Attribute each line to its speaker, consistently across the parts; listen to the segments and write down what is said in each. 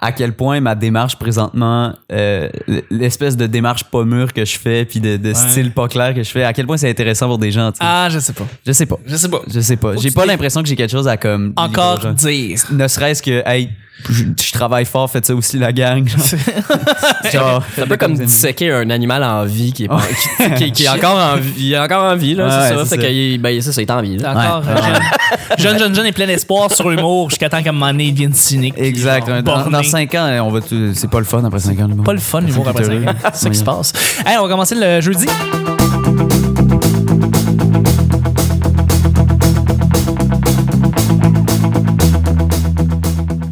Speaker 1: à quel point ma démarche présentement, euh, l'espèce de démarche pas mûre que je fais, puis de, de style pas clair que je fais, à quel point c'est intéressant pour des gens. tu sais.
Speaker 2: Ah, je sais pas.
Speaker 1: Je sais pas.
Speaker 2: Je sais pas.
Speaker 1: Je sais pas.
Speaker 2: Faut que
Speaker 1: J'ai
Speaker 2: tu
Speaker 1: pas
Speaker 2: dis-
Speaker 1: l'impression que j'ai quelque chose à comme.
Speaker 2: Encore
Speaker 1: livrer aux gens.
Speaker 2: dire.
Speaker 1: Ne serait-ce que, hey, je, je travaille fort, faites ça aussi la gang. Genre, Genre,
Speaker 3: C'est un peu comme disséquer un animal en vie qui est, pas- qui, qui- qui est encore en vie. Il est encore en vie, là,
Speaker 1: Ah
Speaker 3: c'est
Speaker 1: ouais,
Speaker 3: ça.
Speaker 1: c'est
Speaker 3: Fait
Speaker 1: ça.
Speaker 3: qu'il ben, c'est ça, il est en vie.
Speaker 2: T'es
Speaker 3: là.
Speaker 2: Encore
Speaker 1: Ouais.
Speaker 2: jeune, jeune, jeune, jeune et plein d'espoir sur l'humour jusqu'à temps qu'à un moment donné, il devienne cynique. puis
Speaker 1: Exact.
Speaker 2: genre
Speaker 1: Dans,
Speaker 2: borné.
Speaker 1: dans 5 ans, on va. tout- C'est pas le fun après 5 ans.
Speaker 2: Pas le fun, l'humour après 5 ans. C'est ça qui se passe. Hey, on va commencer le jeudi.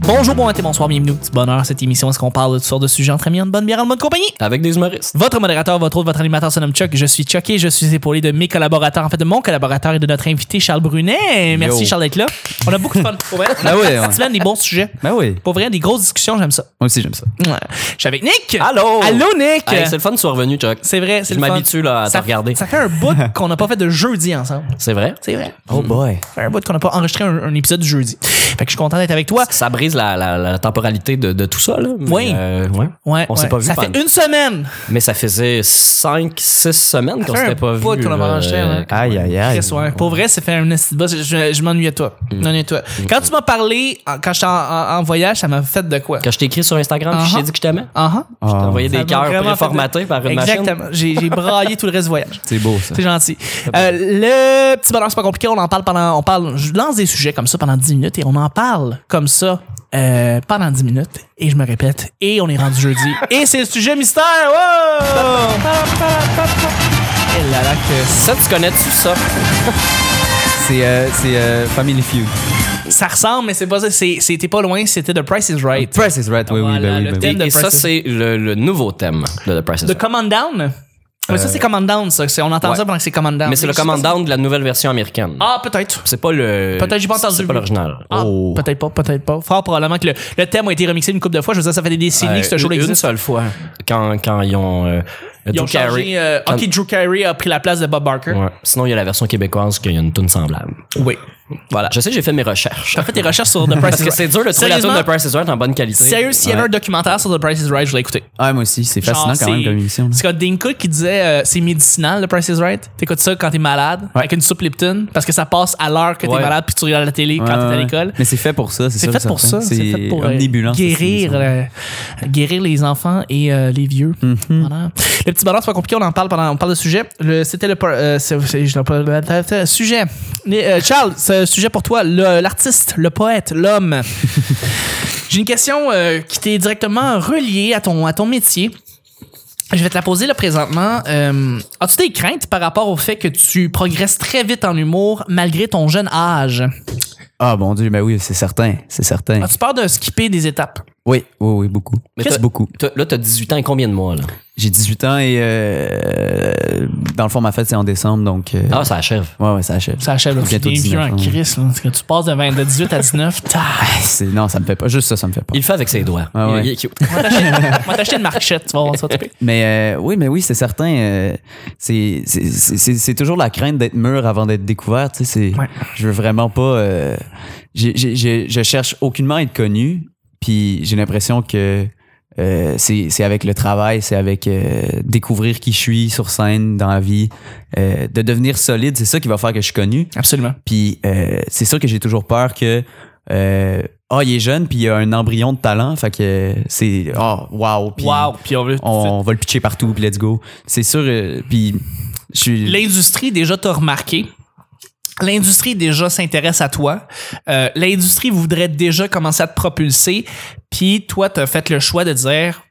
Speaker 2: Bonjour, bon matin, bonsoir, bienvenue au petit bonheur. Cette émission, où est-ce qu'on parle de toutes sortes de sujets entre amis, en bonne bière, en bonne compagnie?
Speaker 3: Avec des humoristes.
Speaker 2: Votre modérateur, votre autre, votre animateur se nomme Chuck. Je suis Chuck et je suis épaulé de mes collaborateurs, en fait de mon collaborateur et de notre invité Charles Brunet. Merci
Speaker 1: Yo.
Speaker 2: Charles d'être là. On a beaucoup de fun. Pour vrai.
Speaker 3: Ben
Speaker 1: Ah oui,
Speaker 3: hein.
Speaker 2: Cette
Speaker 1: ouais.
Speaker 2: semaine, des bons sujets.
Speaker 1: Ben oui.
Speaker 2: Pour vrai, des grosses discussions, j'aime ça.
Speaker 1: Moi aussi, j'aime ça.
Speaker 2: Ouais. Je suis avec Nick.
Speaker 3: Allô?
Speaker 2: Allô, Nick.
Speaker 3: Hey, c'est le fun de soir revenu, Chuck.
Speaker 2: C'est vrai, c'est
Speaker 3: Je
Speaker 2: le fun.
Speaker 3: m'habitue, là, à te
Speaker 2: ça,
Speaker 3: regarder.
Speaker 2: Ça fait un bout qu'on n'a pas fait de jeudi ensemble.
Speaker 3: C'est vrai?
Speaker 2: C'est vrai.
Speaker 1: Oh boy.
Speaker 2: Ça fait un bout qu'on n'a pas enregistré un, un épisode du jeudi. Fait que je suis content d'être avec toi.
Speaker 3: Ça brise la, la- la temporalité de, de tout ça, là. Mais,
Speaker 2: Oui.
Speaker 3: euh, ouais.
Speaker 2: Ouais,
Speaker 3: On
Speaker 2: ouais.
Speaker 3: s'est pas vu
Speaker 2: Ça fait
Speaker 3: pendant-
Speaker 2: une semaine.
Speaker 3: Mais ça faisait 5-6 semaines qu'on
Speaker 2: fait un
Speaker 3: s'était pas euh, vu.
Speaker 2: bout qu'on a pas enregistré, ouais.
Speaker 1: Aïe, aïe, aïe.
Speaker 2: Chris, ouais. hein. Pour vrai, c'est fait un esti de boss. Je, je- je m'ennuie de toi.
Speaker 3: Mm.
Speaker 2: Je m'ennuie de toi. Quand tu m'as parlé, en- quand j'étais en, en- en voyage, ça m'a fait de quoi?
Speaker 3: Quand je t'ai écrit sur Instagram, puis je t'ai
Speaker 2: Uh-huh.
Speaker 3: dit que je t'aimais.
Speaker 2: Ah ah.
Speaker 3: Je t'ai envoyé
Speaker 2: Ça
Speaker 3: des
Speaker 2: m'a
Speaker 3: cœurs
Speaker 2: vraiment
Speaker 3: préformatés
Speaker 2: fait de-
Speaker 3: par une machine.
Speaker 2: Exactement. J'ai j'ai braillé tout le reste du voyage.
Speaker 1: C'est beau ça.
Speaker 2: C'est gentil.
Speaker 3: Ah, ben.
Speaker 2: Euh, le petit bonheur, c'est pas compliqué. On en parle pendant. On parle, je lance des sujets comme ça pendant 10 minutes et on en parle comme ça euh, pendant 10 minutes. Et je me répète. Et on est rendu jeudi. Et c'est le sujet mystère. Wow! Et là là que
Speaker 3: Ça, tu connais-tu ça?
Speaker 1: C'est euh, c'est, euh, Family Feud.
Speaker 2: ça ressemble, mais c'est pas ça. C'est- C'était pas loin. C'était The Price is Right.
Speaker 1: Price is right. Oui, oui,
Speaker 2: Voilà,
Speaker 1: ben oui,
Speaker 2: le
Speaker 1: ben
Speaker 3: Et,
Speaker 1: oui.
Speaker 2: thème de
Speaker 3: et ça,
Speaker 2: Price is-
Speaker 3: c'est le, le nouveau thème de The Price is
Speaker 2: The
Speaker 3: Right.
Speaker 2: Command Down? Mais ça, c'est Command Down, ça. C'est- On entend
Speaker 3: Euh, ouais.
Speaker 2: ça pendant que c'est Command Down.
Speaker 3: Mais c'est le
Speaker 2: je sais pas si-
Speaker 3: commandant de la nouvelle version américaine.
Speaker 2: Ah, peut-être.
Speaker 3: C'est pas le.
Speaker 2: Peut-être, j'ai pas entendu.
Speaker 3: C'est pas l'original.
Speaker 2: Ah,
Speaker 1: Oh.
Speaker 2: peut-être pas, peut-être pas. Fort probablement que le, le thème a été remixé une couple de fois. Je veux dire, ça fait des décennies que ce show
Speaker 3: une, une
Speaker 2: existe.
Speaker 3: seule fois. Quand, quand ils ont. euh,
Speaker 2: Ah. Ils
Speaker 3: Drew
Speaker 2: ont changé.
Speaker 3: Carey.
Speaker 2: euh,
Speaker 3: Quand-
Speaker 2: ok, Drew Carey a pris la place de Bob Barker.
Speaker 3: Ouais. Sinon, il y a la version québécoise qu'il y a une tune semblable.
Speaker 2: Oui.
Speaker 3: Voilà. Je sais, j'ai fait mes recherches.
Speaker 2: T'as fait tes recherches sur The Price
Speaker 3: Parce
Speaker 2: is
Speaker 3: que
Speaker 2: Right.
Speaker 3: c'est dur de trouver la tune de
Speaker 2: Sérieusement,
Speaker 3: Price is Right en bonne qualité.
Speaker 2: Sérieux, s'il y avait un documentaire sur The Price is Right, je l'ai écouté.
Speaker 1: Ah, moi aussi, c'est fascinant quand même comme émission. là.
Speaker 2: Scott Dinko qui disait euh, c'est médicinal, The Price is Right. T'écoutes ça quand t'es malade, avec une soupe Lipton, parce que ça passe à l'heure que t'es
Speaker 3: Ouais.
Speaker 2: malade puis tu regardes la télé quand
Speaker 1: Ouais,
Speaker 2: t'es à
Speaker 1: ouais.
Speaker 2: l'école.
Speaker 1: Mais c'est fait pour ça, c'est hein,
Speaker 2: C'est
Speaker 1: ça,
Speaker 2: fait pour ça.
Speaker 1: certain.
Speaker 2: C'est fait pour euh,
Speaker 1: omnibulant, cette
Speaker 2: guérir,
Speaker 1: émission.
Speaker 2: euh, guérir les enfants et euh, les vieux.
Speaker 1: Mhm.
Speaker 2: Voilà. Le petit bonheur, c'est pas compliqué. On en parle pendant, on parle de sujet. Le- C'était le, par- euh, c'est- c'est- je l'ai pas- euh, sujet. Mais, euh, Charles, c'est un sujet pour toi. Le- L'artiste, le, poète, l'homme. J'ai une question euh, qui t'est directement reliée à ton, à ton métier. Je vais te la poser là présentement. Euh, As-tu des craintes par rapport au fait que tu progresses très vite en humour malgré ton jeune âge?
Speaker 1: Ah, mon Dieu, ben oui, c'est certain. C'est certain.
Speaker 2: As-tu peur de skipper des étapes?
Speaker 1: Oui, oui, oui, beaucoup.
Speaker 3: Mais
Speaker 1: Qu'est-ce
Speaker 3: t'as-
Speaker 1: beaucoup?
Speaker 3: T'as- Là, t'as 18 ans et combien de mois, là?
Speaker 1: J'ai 18 ans et euh, dans le fond, ma fête, c'est en décembre, donc. euh,
Speaker 3: Ah, ça achève.
Speaker 1: Ouais, ouais, ça achève.
Speaker 2: Ça achève, là.
Speaker 1: Bientôt
Speaker 2: T'es
Speaker 1: 19,
Speaker 2: vieux en
Speaker 1: ouais.
Speaker 2: crise, là. Parce que tu passes de, 20 de 18 à 19, t'as.
Speaker 1: Ah, C'est- Non, ça me fait pas. Juste ça, ça me fait pas.
Speaker 3: Il le fait avec ses doigts.
Speaker 1: Ah
Speaker 3: Il-
Speaker 1: ouais.
Speaker 3: il est cute.
Speaker 2: On va t'acheter- on va t'acheter une marchette, tu vas voir ça, tu peux.
Speaker 1: Mais euh, oui, mais oui, c'est certain. euh, c'est c'est- c'est- c'est- c'est toujours la crainte d'être mûr avant d'être découvert. Tu sais, c'est-
Speaker 2: Ouais.
Speaker 1: Je veux vraiment pas. euh, j'ai- j'ai- j'ai- je cherche aucunement à être connu. Puis j'ai l'impression que euh, c'est c'est avec le travail, c'est avec euh, découvrir qui je suis sur scène, dans la vie, euh, de devenir solide. C'est ça qui va faire que je suis connu.
Speaker 2: Absolument.
Speaker 1: Puis euh, c'est sûr que j'ai toujours peur que euh, ah il est jeune puis il a un embryon de talent. Fait que c'est ah wow. Puis
Speaker 2: Wow, puis on veut.
Speaker 1: on va le pitcher partout, puis let's go. C'est sûr, euh, puis je suis...
Speaker 2: L'industrie, déjà, t'a remarqué. L'industrie déjà s'intéresse à toi. Euh, L'industrie voudrait déjà commencer à te propulser. Puis toi, t'as fait le choix de dire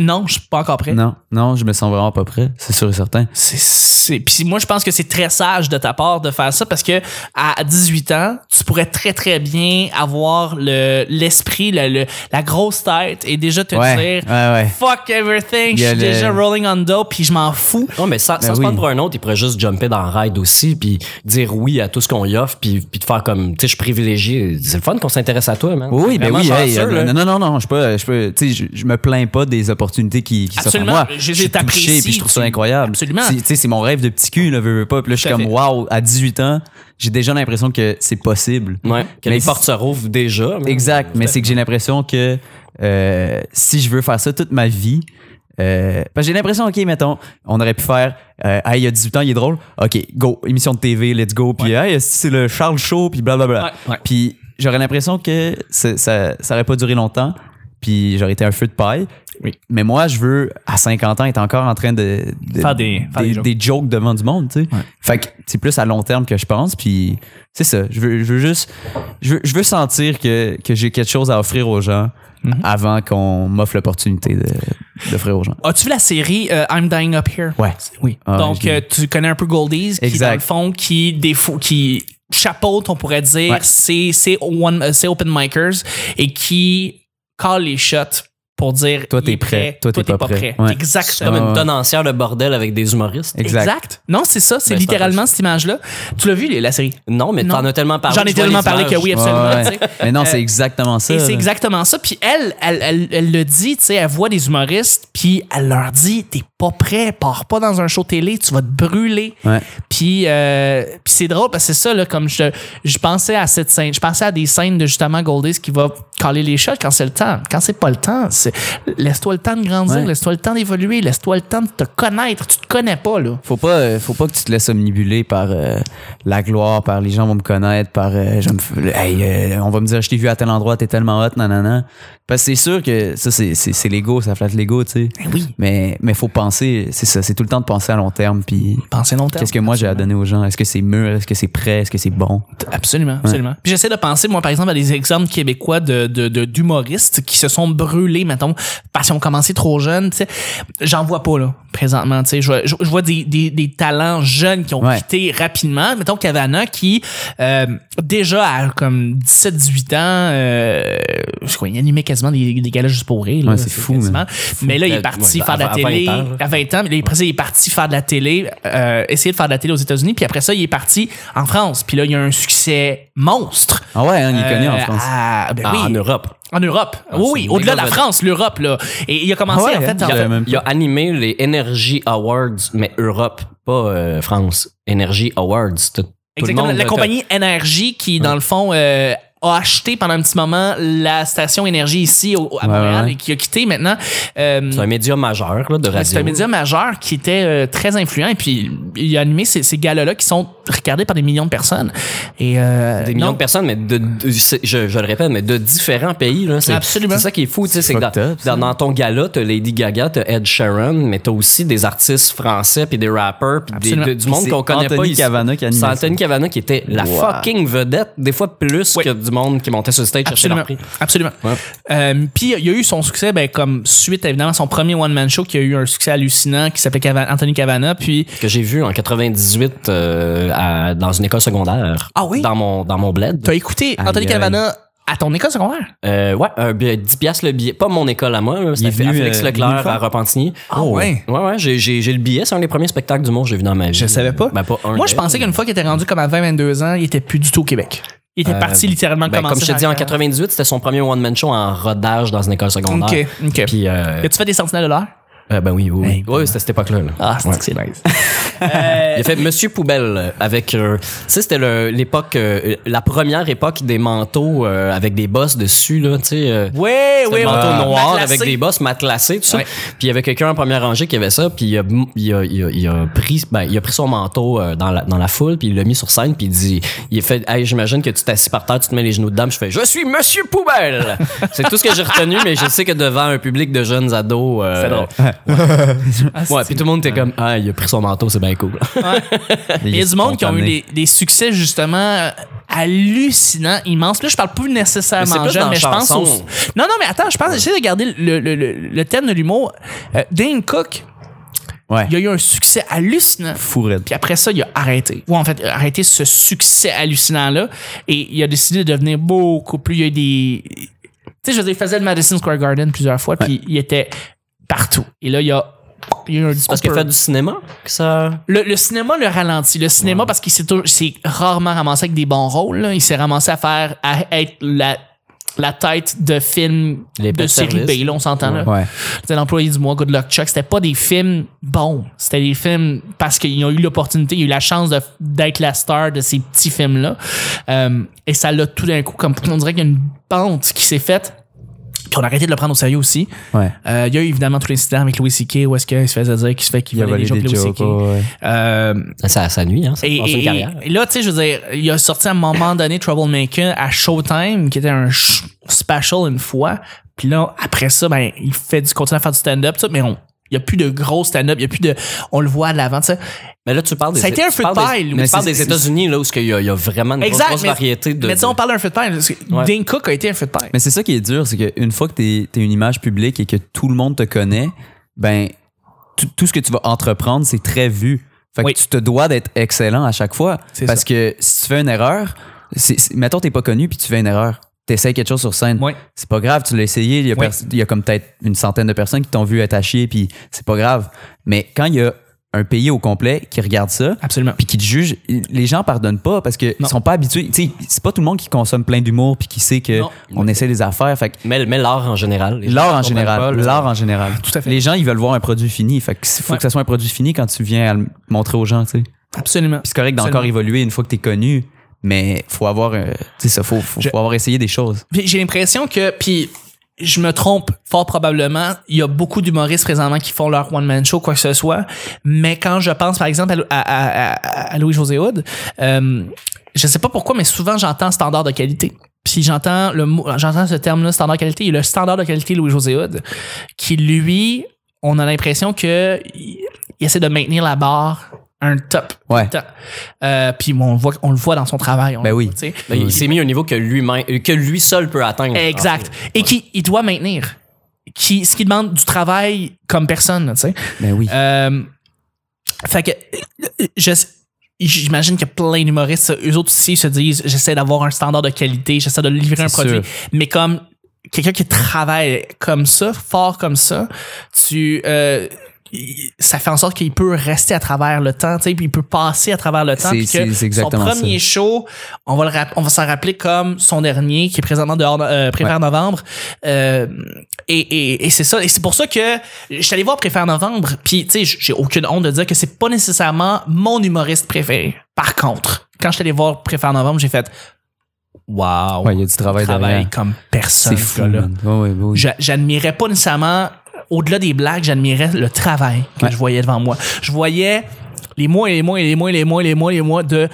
Speaker 2: non, je suis pas encore prêt.
Speaker 1: Non, non, je me sens vraiment pas prêt, c'est sûr et certain.
Speaker 2: C'est- c'est puis moi je pense que c'est très sage de ta part de faire ça parce que à 18 ans tu pourrais très très bien avoir le l'esprit le- le- la grosse tête et déjà te
Speaker 1: Ouais,
Speaker 2: dire
Speaker 1: ouais, ouais.
Speaker 2: fuck everything
Speaker 1: Il y
Speaker 2: je
Speaker 1: a
Speaker 2: suis
Speaker 1: le-
Speaker 2: déjà rolling on dope puis je m'en fous
Speaker 3: Non, mais sans,
Speaker 1: Ben
Speaker 3: sans se
Speaker 1: oui.
Speaker 3: prendre pour un autre, il pourrait juste jumper dans le ride aussi, puis dire oui à tout ce qu'on y offre, puis, puis de faire comme, tu sais, je suis privilégié. C'est le fun qu'on s'intéresse à toi, man.
Speaker 1: Oui, oui, ben
Speaker 3: Vraiment
Speaker 1: oui, hey,
Speaker 3: chanceux,
Speaker 1: euh,
Speaker 3: là.
Speaker 1: non, non, non, non, je peux, je peux, tu sais, je, je me plains pas des opportunités qui, qui s'offrent à
Speaker 2: Absolument,
Speaker 1: moi.
Speaker 2: je
Speaker 1: Je
Speaker 2: les
Speaker 1: suis
Speaker 2: apprécie,
Speaker 1: touché, puis je trouve ça
Speaker 2: tu-
Speaker 1: incroyable.
Speaker 2: absolument.
Speaker 1: C'est- Tu sais, c'est mon rêve rêve de petit cul, là, veux, veux pas. Puis là, je suis
Speaker 2: Tout à
Speaker 1: comme,
Speaker 2: fait.
Speaker 1: waouh, à 18 ans, j'ai déjà l'impression que c'est possible.
Speaker 3: Ouais, que
Speaker 1: Mais
Speaker 3: les
Speaker 1: si-
Speaker 3: portes se rouvrent déjà. mais-
Speaker 1: Exact, mais c'est que j'ai l'impression que euh, si je veux faire ça toute ma vie, euh, parce que j'ai l'impression, OK, mettons, on aurait pu faire euh, Hey, il y a 18 ans, il est drôle. OK, go, émission de TV, let's go. Puis Hey, c'est le Charles Show, puis blablabla.
Speaker 3: Ouais, ouais.
Speaker 1: Puis j'aurais l'impression que c'est- ça, ça aurait pas duré longtemps, puis j'aurais été un feu de paille. Mais moi, je veux, à 50 ans, être encore en train de, de-
Speaker 4: Faire des- faire des jokes.
Speaker 1: jokes devant du monde, tu sais. Fait que c'est plus à long terme que je pense, puis c'est ça. Je veux, je veux juste, je veux, je veux sentir que, que j'ai quelque chose à offrir aux gens
Speaker 2: Mm-hmm.
Speaker 1: avant qu'on m'offre l'opportunité de- d'offrir aux gens.
Speaker 2: As-tu vu la série euh, I'm Dying Up Here?
Speaker 1: Ouais.
Speaker 2: Oui.
Speaker 1: Ah,
Speaker 2: Donc,
Speaker 1: j'ai-
Speaker 2: euh, tu connais un peu Goldies, qui,
Speaker 1: Exact.
Speaker 2: dans le fond, qui, défou- qui chapeaute, on pourrait dire,
Speaker 1: Ouais.
Speaker 2: c'est c'est one- euh, c'est open micers et qui call les shots pour dire
Speaker 1: Toi,
Speaker 2: il
Speaker 1: t'es
Speaker 2: est
Speaker 1: prêt. Toi, t'es pas prêt. Ouais.
Speaker 3: C'est comme
Speaker 2: Exactement.
Speaker 3: une tenancière de bordel avec des humoristes.
Speaker 1: Exact.
Speaker 2: Exact. Non, c'est ça, c'est
Speaker 3: Ben, c'est
Speaker 2: littéralement cette image-là. Tu l'as vu, les- la série?
Speaker 3: Non, mais
Speaker 2: Non.
Speaker 3: t'en as tellement parlé.
Speaker 2: J'en ai
Speaker 3: je vois
Speaker 2: tellement
Speaker 3: les
Speaker 2: parlé
Speaker 3: images.
Speaker 2: que oui, absolument.
Speaker 1: Ouais, ouais.
Speaker 2: tu sais.
Speaker 1: Mais non, c'est
Speaker 2: Euh,
Speaker 1: exactement ça.
Speaker 2: Et c'est
Speaker 1: là.
Speaker 2: exactement ça. Puis elle, elle, elle, elle le dit, tu sais, elle voit des humoristes, puis elle leur dit, t'es pas prêt, pars pas dans un show télé, tu vas te brûler.
Speaker 1: Ouais.
Speaker 2: Puis, euh, puis c'est drôle parce que c'est ça, là, comme je, je pensais à cette scène, je pensais à des scènes de justement Goldies qui va caler les shots quand c'est le temps. Quand c'est pas le temps, c'est laisse-toi le temps de grandir,
Speaker 1: Ouais.
Speaker 2: laisse-toi le temps d'évoluer, laisse-toi le temps de te connaître. Tu te connais pas, là.
Speaker 1: Faut pas, euh, faut pas que tu te laisses omnibuler par euh, la gloire, par les gens vont me connaître, par euh, je me f- le- hey, euh, on va me dire je t'ai vu à tel endroit, t'es tellement hot, nanana. Parce que c'est sûr que ça c'est, c'est, c'est l'ego, ça flatte l'ego, tu sais.
Speaker 2: oui.
Speaker 1: Mais mais faut penser, c'est ça, c'est tout le temps de penser à long terme. Puis
Speaker 2: Pensez longtemps.
Speaker 1: qu'est-ce que moi j'ai à donner aux gens Est-ce que c'est mûr Est-ce que c'est prêt Est-ce que c'est bon
Speaker 2: Absolument, absolument. Puis j'essaie de penser, moi, par exemple, à des exemples québécois de, de, de- d'humoristes qui se sont brûlés, mettons, parce qu'ils ont commencé trop jeunes. tu sais. J'en vois pas, là, présentement. tu sais. Je vois, je, je vois des, des, des talents jeunes qui ont
Speaker 1: Ouais.
Speaker 2: quitté rapidement. Mettons Cavana qui, euh, déjà à comme 17-18 ans, euh, je crois, il animait quasiment des, des galas juste pour rire. là.
Speaker 1: Ouais, c'est fou,
Speaker 2: quasiment.
Speaker 1: man.
Speaker 2: Mais là, il est
Speaker 3: Ouais,
Speaker 2: parti
Speaker 3: à-
Speaker 2: faire de la
Speaker 3: à 20
Speaker 2: télé
Speaker 3: ans, là.
Speaker 2: à 20 ans, mais là, après ça, il est parti faire de la télé, euh, essayer de faire de la télé aux États-Unis, puis après ça, il est parti en France. Puis là, il y a un succès monstre.
Speaker 1: Ah ouais, hein, il est connu en
Speaker 2: Euh,
Speaker 1: France.
Speaker 2: à- ben
Speaker 3: Ah,
Speaker 2: oui,
Speaker 3: En Europe. Ah,
Speaker 2: en Europe. oui, oui,
Speaker 3: c'est
Speaker 2: au-delà de la
Speaker 3: méga
Speaker 2: France, l'Europe, là. Et il a commencé,
Speaker 1: Ah ouais,
Speaker 2: en fait,
Speaker 1: hein,
Speaker 2: en-
Speaker 1: il y a- même
Speaker 3: Il a animé les Energy Awards, mais Europe, pas euh, France. Energy Awards. Tout, tout
Speaker 2: exactement,
Speaker 3: le monde,
Speaker 2: la
Speaker 3: là,
Speaker 2: compagnie NRJ qui, dans le fond, euh, a acheté pendant un petit moment la station énergie ici au- à
Speaker 1: Ouais,
Speaker 2: Montréal
Speaker 1: ouais.
Speaker 2: et qui a quitté maintenant. Euh,
Speaker 3: C'est un média majeur là, de radio.
Speaker 2: C'est un média majeur qui était euh, très influent et puis il a animé ces, ces galas-là qui sont regardés par des millions de personnes. Et, euh,
Speaker 3: Des millions
Speaker 2: non,
Speaker 3: de personnes, mais de, de- c'est- je, je le répète, mais de différents pays. Là, c'est,
Speaker 2: Absolument.
Speaker 3: C'est ça qui est fou. tu sais, C'est que dans,
Speaker 1: fucked up, ça.
Speaker 3: dans, dans ton gala, t'as Lady Gaga, t'as Ed Sheeran, mais t'as aussi des artistes français, puis des rappers, puis des-
Speaker 2: Absolument.
Speaker 3: de- du monde
Speaker 1: C'est
Speaker 3: qu'on connaît
Speaker 1: Anthony
Speaker 3: pas. ici.
Speaker 1: Cavana qui a animé
Speaker 3: C'est
Speaker 1: ça.
Speaker 3: Anthony Cavana qui était la
Speaker 1: Wow.
Speaker 3: fucking vedette, des fois plus
Speaker 2: Oui.
Speaker 3: que du monde qui montait sur le stage chercher
Speaker 2: Absolument.
Speaker 3: leur prix.
Speaker 2: Absolument.
Speaker 3: Ouais.
Speaker 2: Euh, puis il y a eu son succès ben, comme suite évidemment à son premier one man show qui a eu un succès hallucinant qui s'appelait Cava- Anthony Cavana puis
Speaker 3: que j'ai vu en 98 euh, à- dans une école secondaire.
Speaker 2: Ah oui?
Speaker 3: Dans mon, dans mon bled.
Speaker 2: t'as écouté Anthony
Speaker 1: aïe.
Speaker 2: Cavana à ton école secondaire
Speaker 3: Euh, ouais, un billet- 10 piastres le billet. Pas mon école à moi, là,
Speaker 1: Il est
Speaker 3: c'était à
Speaker 1: venu,
Speaker 3: Félix
Speaker 1: euh, il est venu
Speaker 3: Leclerc
Speaker 1: le
Speaker 3: à
Speaker 1: faire?
Speaker 3: Repentigny.
Speaker 2: Ah ouais?
Speaker 3: Ouais, ouais, j'ai, j'ai, j'ai le billet. C'est un des premiers spectacles du monde que j'ai vu dans ma vie.
Speaker 2: je savais pas,
Speaker 3: Ben, pas un
Speaker 2: moi je
Speaker 3: des.
Speaker 2: pensais qu'une fois qu'il était rendu comme à 20-22 ans il était plus du tout au Québec il était parti littéralement
Speaker 3: Ben,
Speaker 2: commencer
Speaker 3: comme je te
Speaker 2: dans
Speaker 3: dis, en
Speaker 2: la-
Speaker 3: 98, c'était son premier one-man show en rodage dans une école secondaire.
Speaker 2: ok ok
Speaker 3: Puis, euh,
Speaker 2: as-tu fait des sentinelles de l'heure
Speaker 3: euh, ben oui, oui, oui. Ouais, c'était à cette époque-là. là.
Speaker 2: ah c'est que c'est nice
Speaker 3: Il a fait Monsieur Poubelle euh, avec, euh, tu sais, c'était le- l'époque, euh, la première époque des manteaux euh, avec des bosses dessus, là, tu sais. euh,
Speaker 2: ouais
Speaker 3: C'était
Speaker 2: ouais
Speaker 3: un manteau noir avec des
Speaker 2: bas
Speaker 3: bosses matelassées, tout ça.
Speaker 2: Ouais.
Speaker 3: Puis il y avait quelqu'un en première rangée qui avait ça, puis il a, il a- il a- il a pris, ben, il a pris son manteau euh, dans la, dans la foule, puis il l'a mis sur scène, puis il dit, il a fait, hey, j'imagine que tu t'assis par terre, tu te mets les genoux dedans, puis je fais, je suis Monsieur Poubelle! C'est tout ce que j'ai retenu, mais je sais que devant un public de jeunes ados, euh,
Speaker 4: C'est drôle.
Speaker 3: ouais, puis tout le monde était comme, ah, il a pris son manteau, c'est bien cool.
Speaker 2: Il y a du monde qui ont eu des, des succès justement euh, hallucinants, immenses. Là, je parle plus
Speaker 3: Mais c'est
Speaker 2: nécessairement
Speaker 3: plus
Speaker 2: jeune,
Speaker 3: dans
Speaker 2: mais je pense
Speaker 3: chanson.
Speaker 2: aux... Non, non, mais attends, je pense, j'essaie de garder le, le- le- le thème de l'humour. Euh, Dane Cook,
Speaker 1: Ouais.
Speaker 2: il y a eu un succès hallucinant.
Speaker 1: Fourette.
Speaker 2: Puis après ça, il a arrêté. Ou en fait, il a arrêté ce succès hallucinant-là. Et il a décidé de devenir beaucoup plus. Il y a eu des. Tu sais, je veux dire, il faisait le Madison Square Garden plusieurs fois, puis il était partout. Et là, il y a. Il y a eu un
Speaker 3: Parce qu'il
Speaker 2: upper.
Speaker 3: fait du cinéma, que ça.
Speaker 2: Le, le cinéma le ralentit. Le cinéma, parce qu'il s'est tou- s'est rarement ramassé avec des bons rôles. là. Il s'est ramassé à faire, à être la la tête de films
Speaker 3: Les
Speaker 2: de
Speaker 3: best
Speaker 2: série
Speaker 3: services.
Speaker 2: B, là, on s'entend là.
Speaker 1: Ouais.
Speaker 2: C'était l'employé du mois, Good Luck Chuck. C'était pas des films bons. C'était des films parce qu'ils ont eu l'opportunité, ils ont eu la chance de- d'être la star de ces petits films-là. Euh, et ça l'a tout d'un coup, comme on dirait qu'il y a une pente qui s'est faite. Puis on a arrêté de le prendre au sérieux aussi.
Speaker 1: Ouais.
Speaker 2: Euh, il y a eu évidemment tout l'incident avec Louis C.K. où est-ce qu'il se faisait dire qu'il se fait qu'il
Speaker 1: Il a
Speaker 2: volait les
Speaker 1: volé
Speaker 2: jokes
Speaker 1: des
Speaker 2: de Louis
Speaker 1: jokes.
Speaker 2: C.K.
Speaker 1: ouais.
Speaker 2: Euh,
Speaker 3: Ça, ça nuit, hein. Ça
Speaker 2: et,
Speaker 3: passe une
Speaker 2: et-
Speaker 3: carrière.
Speaker 2: et là, tu sais, je veux dire, il a sorti à un moment donné Troublemaker à Showtime, qui était un sh- special une fois. Puis là, après ça, ben, il fait du continue à faire du stand-up, tout ça, mais on, il y a plus de gros stand-up, il y a plus de, on le voit à l'avant, tu sais.
Speaker 3: Mais là, tu parles des.
Speaker 2: Ça a été un
Speaker 3: tu
Speaker 2: feu de
Speaker 3: parles des-
Speaker 2: paille, Louis.
Speaker 3: mais
Speaker 2: Mais
Speaker 3: Tu parles
Speaker 2: c'est-
Speaker 3: des États-Unis, là, où il y, a- il y a vraiment une grosse, grosse
Speaker 2: mais-
Speaker 3: variété de.
Speaker 2: Mais disons, on parle d'un feu de paille. parce que
Speaker 3: Ouais.
Speaker 2: Dane Cook a été un feu de paille.
Speaker 1: Mais c'est ça qui est dur, c'est qu'une fois que t'es es une image publique et que tout le monde te connaît, ben tout- tout ce que tu vas entreprendre, c'est très vu. Fait que
Speaker 2: Oui.
Speaker 1: tu te dois d'être excellent à chaque fois.
Speaker 2: C'est
Speaker 1: Parce
Speaker 2: ça.
Speaker 1: que si tu fais une erreur, c'est- c'est- mettons t'es pas connu puis tu fais une erreur, t'essayes quelque chose sur scène,
Speaker 2: Oui.
Speaker 1: c'est pas grave, tu l'as essayé, il y a,
Speaker 2: Oui.
Speaker 1: pers- il y a comme peut-être une centaine de personnes qui t'ont vu attaché puis c'est pas grave. Mais quand il y a un pays au complet qui regarde ça,
Speaker 2: Absolument.
Speaker 1: puis qui te jugent, les gens pardonnent pas parce qu'ils
Speaker 2: Non.
Speaker 1: sont pas habitués. Tu sais, c'est pas tout le monde qui consomme plein d'humour puis qui sait que
Speaker 2: Non.
Speaker 1: on essaie des affaires. Fait que
Speaker 3: Mais, mais l'art en général. les gens
Speaker 1: l'art en
Speaker 3: comprennent pas,
Speaker 1: général,
Speaker 3: là.
Speaker 1: l'art en général.
Speaker 2: Tout à fait.
Speaker 1: Les gens ils veulent voir un produit fini. Fait que il faut
Speaker 2: Ouais.
Speaker 1: que ça soit un produit fini quand tu viens à le montrer aux gens. tu sais. Puis
Speaker 2: Absolument.
Speaker 1: c'est correct
Speaker 2: Absolument.
Speaker 1: d'encore évoluer une fois que t'es connu, mais faut avoir, euh, tu sais ça, faut, faut,
Speaker 2: Je-
Speaker 1: faut avoir essayé des choses.
Speaker 2: Puis j'ai l'impression que puis je me trompe fort probablement. Il y a beaucoup d'humoristes présentement qui font leur one-man show, quoi que ce soit. Mais quand je pense, par exemple, à, à- à- à Louis-José Hood, euh, je sais pas pourquoi, mais souvent j'entends standard de qualité. Puis j'entends le mot- j'entends ce terme-là, standard de qualité, et le standard de qualité Louis-José Hood, qui lui, on a l'impression que il, il essaie de maintenir la barre un top.
Speaker 1: Ouais.
Speaker 2: top. Euh, puis on, le voit, on le voit dans son travail. on
Speaker 1: Ben
Speaker 2: le
Speaker 1: oui.
Speaker 2: voit, tu sais.
Speaker 3: Mais Il s'est mis au niveau que lui-même, que lui seul peut atteindre.
Speaker 2: euh,
Speaker 1: Ah,
Speaker 2: Exact. Et qui il doit maintenir. Qui, ce qui demande du travail comme personne, là, tu sais.
Speaker 1: Ben oui.
Speaker 2: Euh, fait que euh, je sais- J'imagine qu'il y a plein d'humoristes, ça, eux autres aussi se disent j'essaie d'avoir un standard de qualité, j'essaie de livrer un
Speaker 1: C'est
Speaker 2: produit.
Speaker 1: sûr.
Speaker 2: Mais comme quelqu'un qui travaille comme ça, fort comme ça, tu euh, il- ça fait en sorte qu'il peut rester à travers le temps, tu sais, puis il peut passer à travers le temps.
Speaker 1: C'est-
Speaker 2: puis que
Speaker 1: c'est- c'est
Speaker 2: son
Speaker 1: exactement ça.
Speaker 2: premier show, on va le rap- on va s'en rappeler comme son dernier qui est présentement dehors euh, Préfère novembre. Euh, et et, et c'est ça, et c'est pour ça que je suis allé voir Préfère novembre. Puis tu sais, j- j'ai aucune honte de dire que c'est pas nécessairement mon humoriste préféré. Par contre, quand je suis allé voir Préfère novembre, j'ai fait waouh,
Speaker 1: Ouais, il y a du travail
Speaker 2: travaille
Speaker 1: derrière.
Speaker 2: comme personne.
Speaker 1: C'est fou.
Speaker 2: ce gars-là.
Speaker 1: man. Ouais, ouais, ouais.
Speaker 2: J'a- j'admirais pas nécessairement au-delà des blagues, j'admirais le travail que
Speaker 1: Ouais.
Speaker 2: je voyais devant moi. Je voyais les mois et les mois et les mois et les mois et les mois et les mois de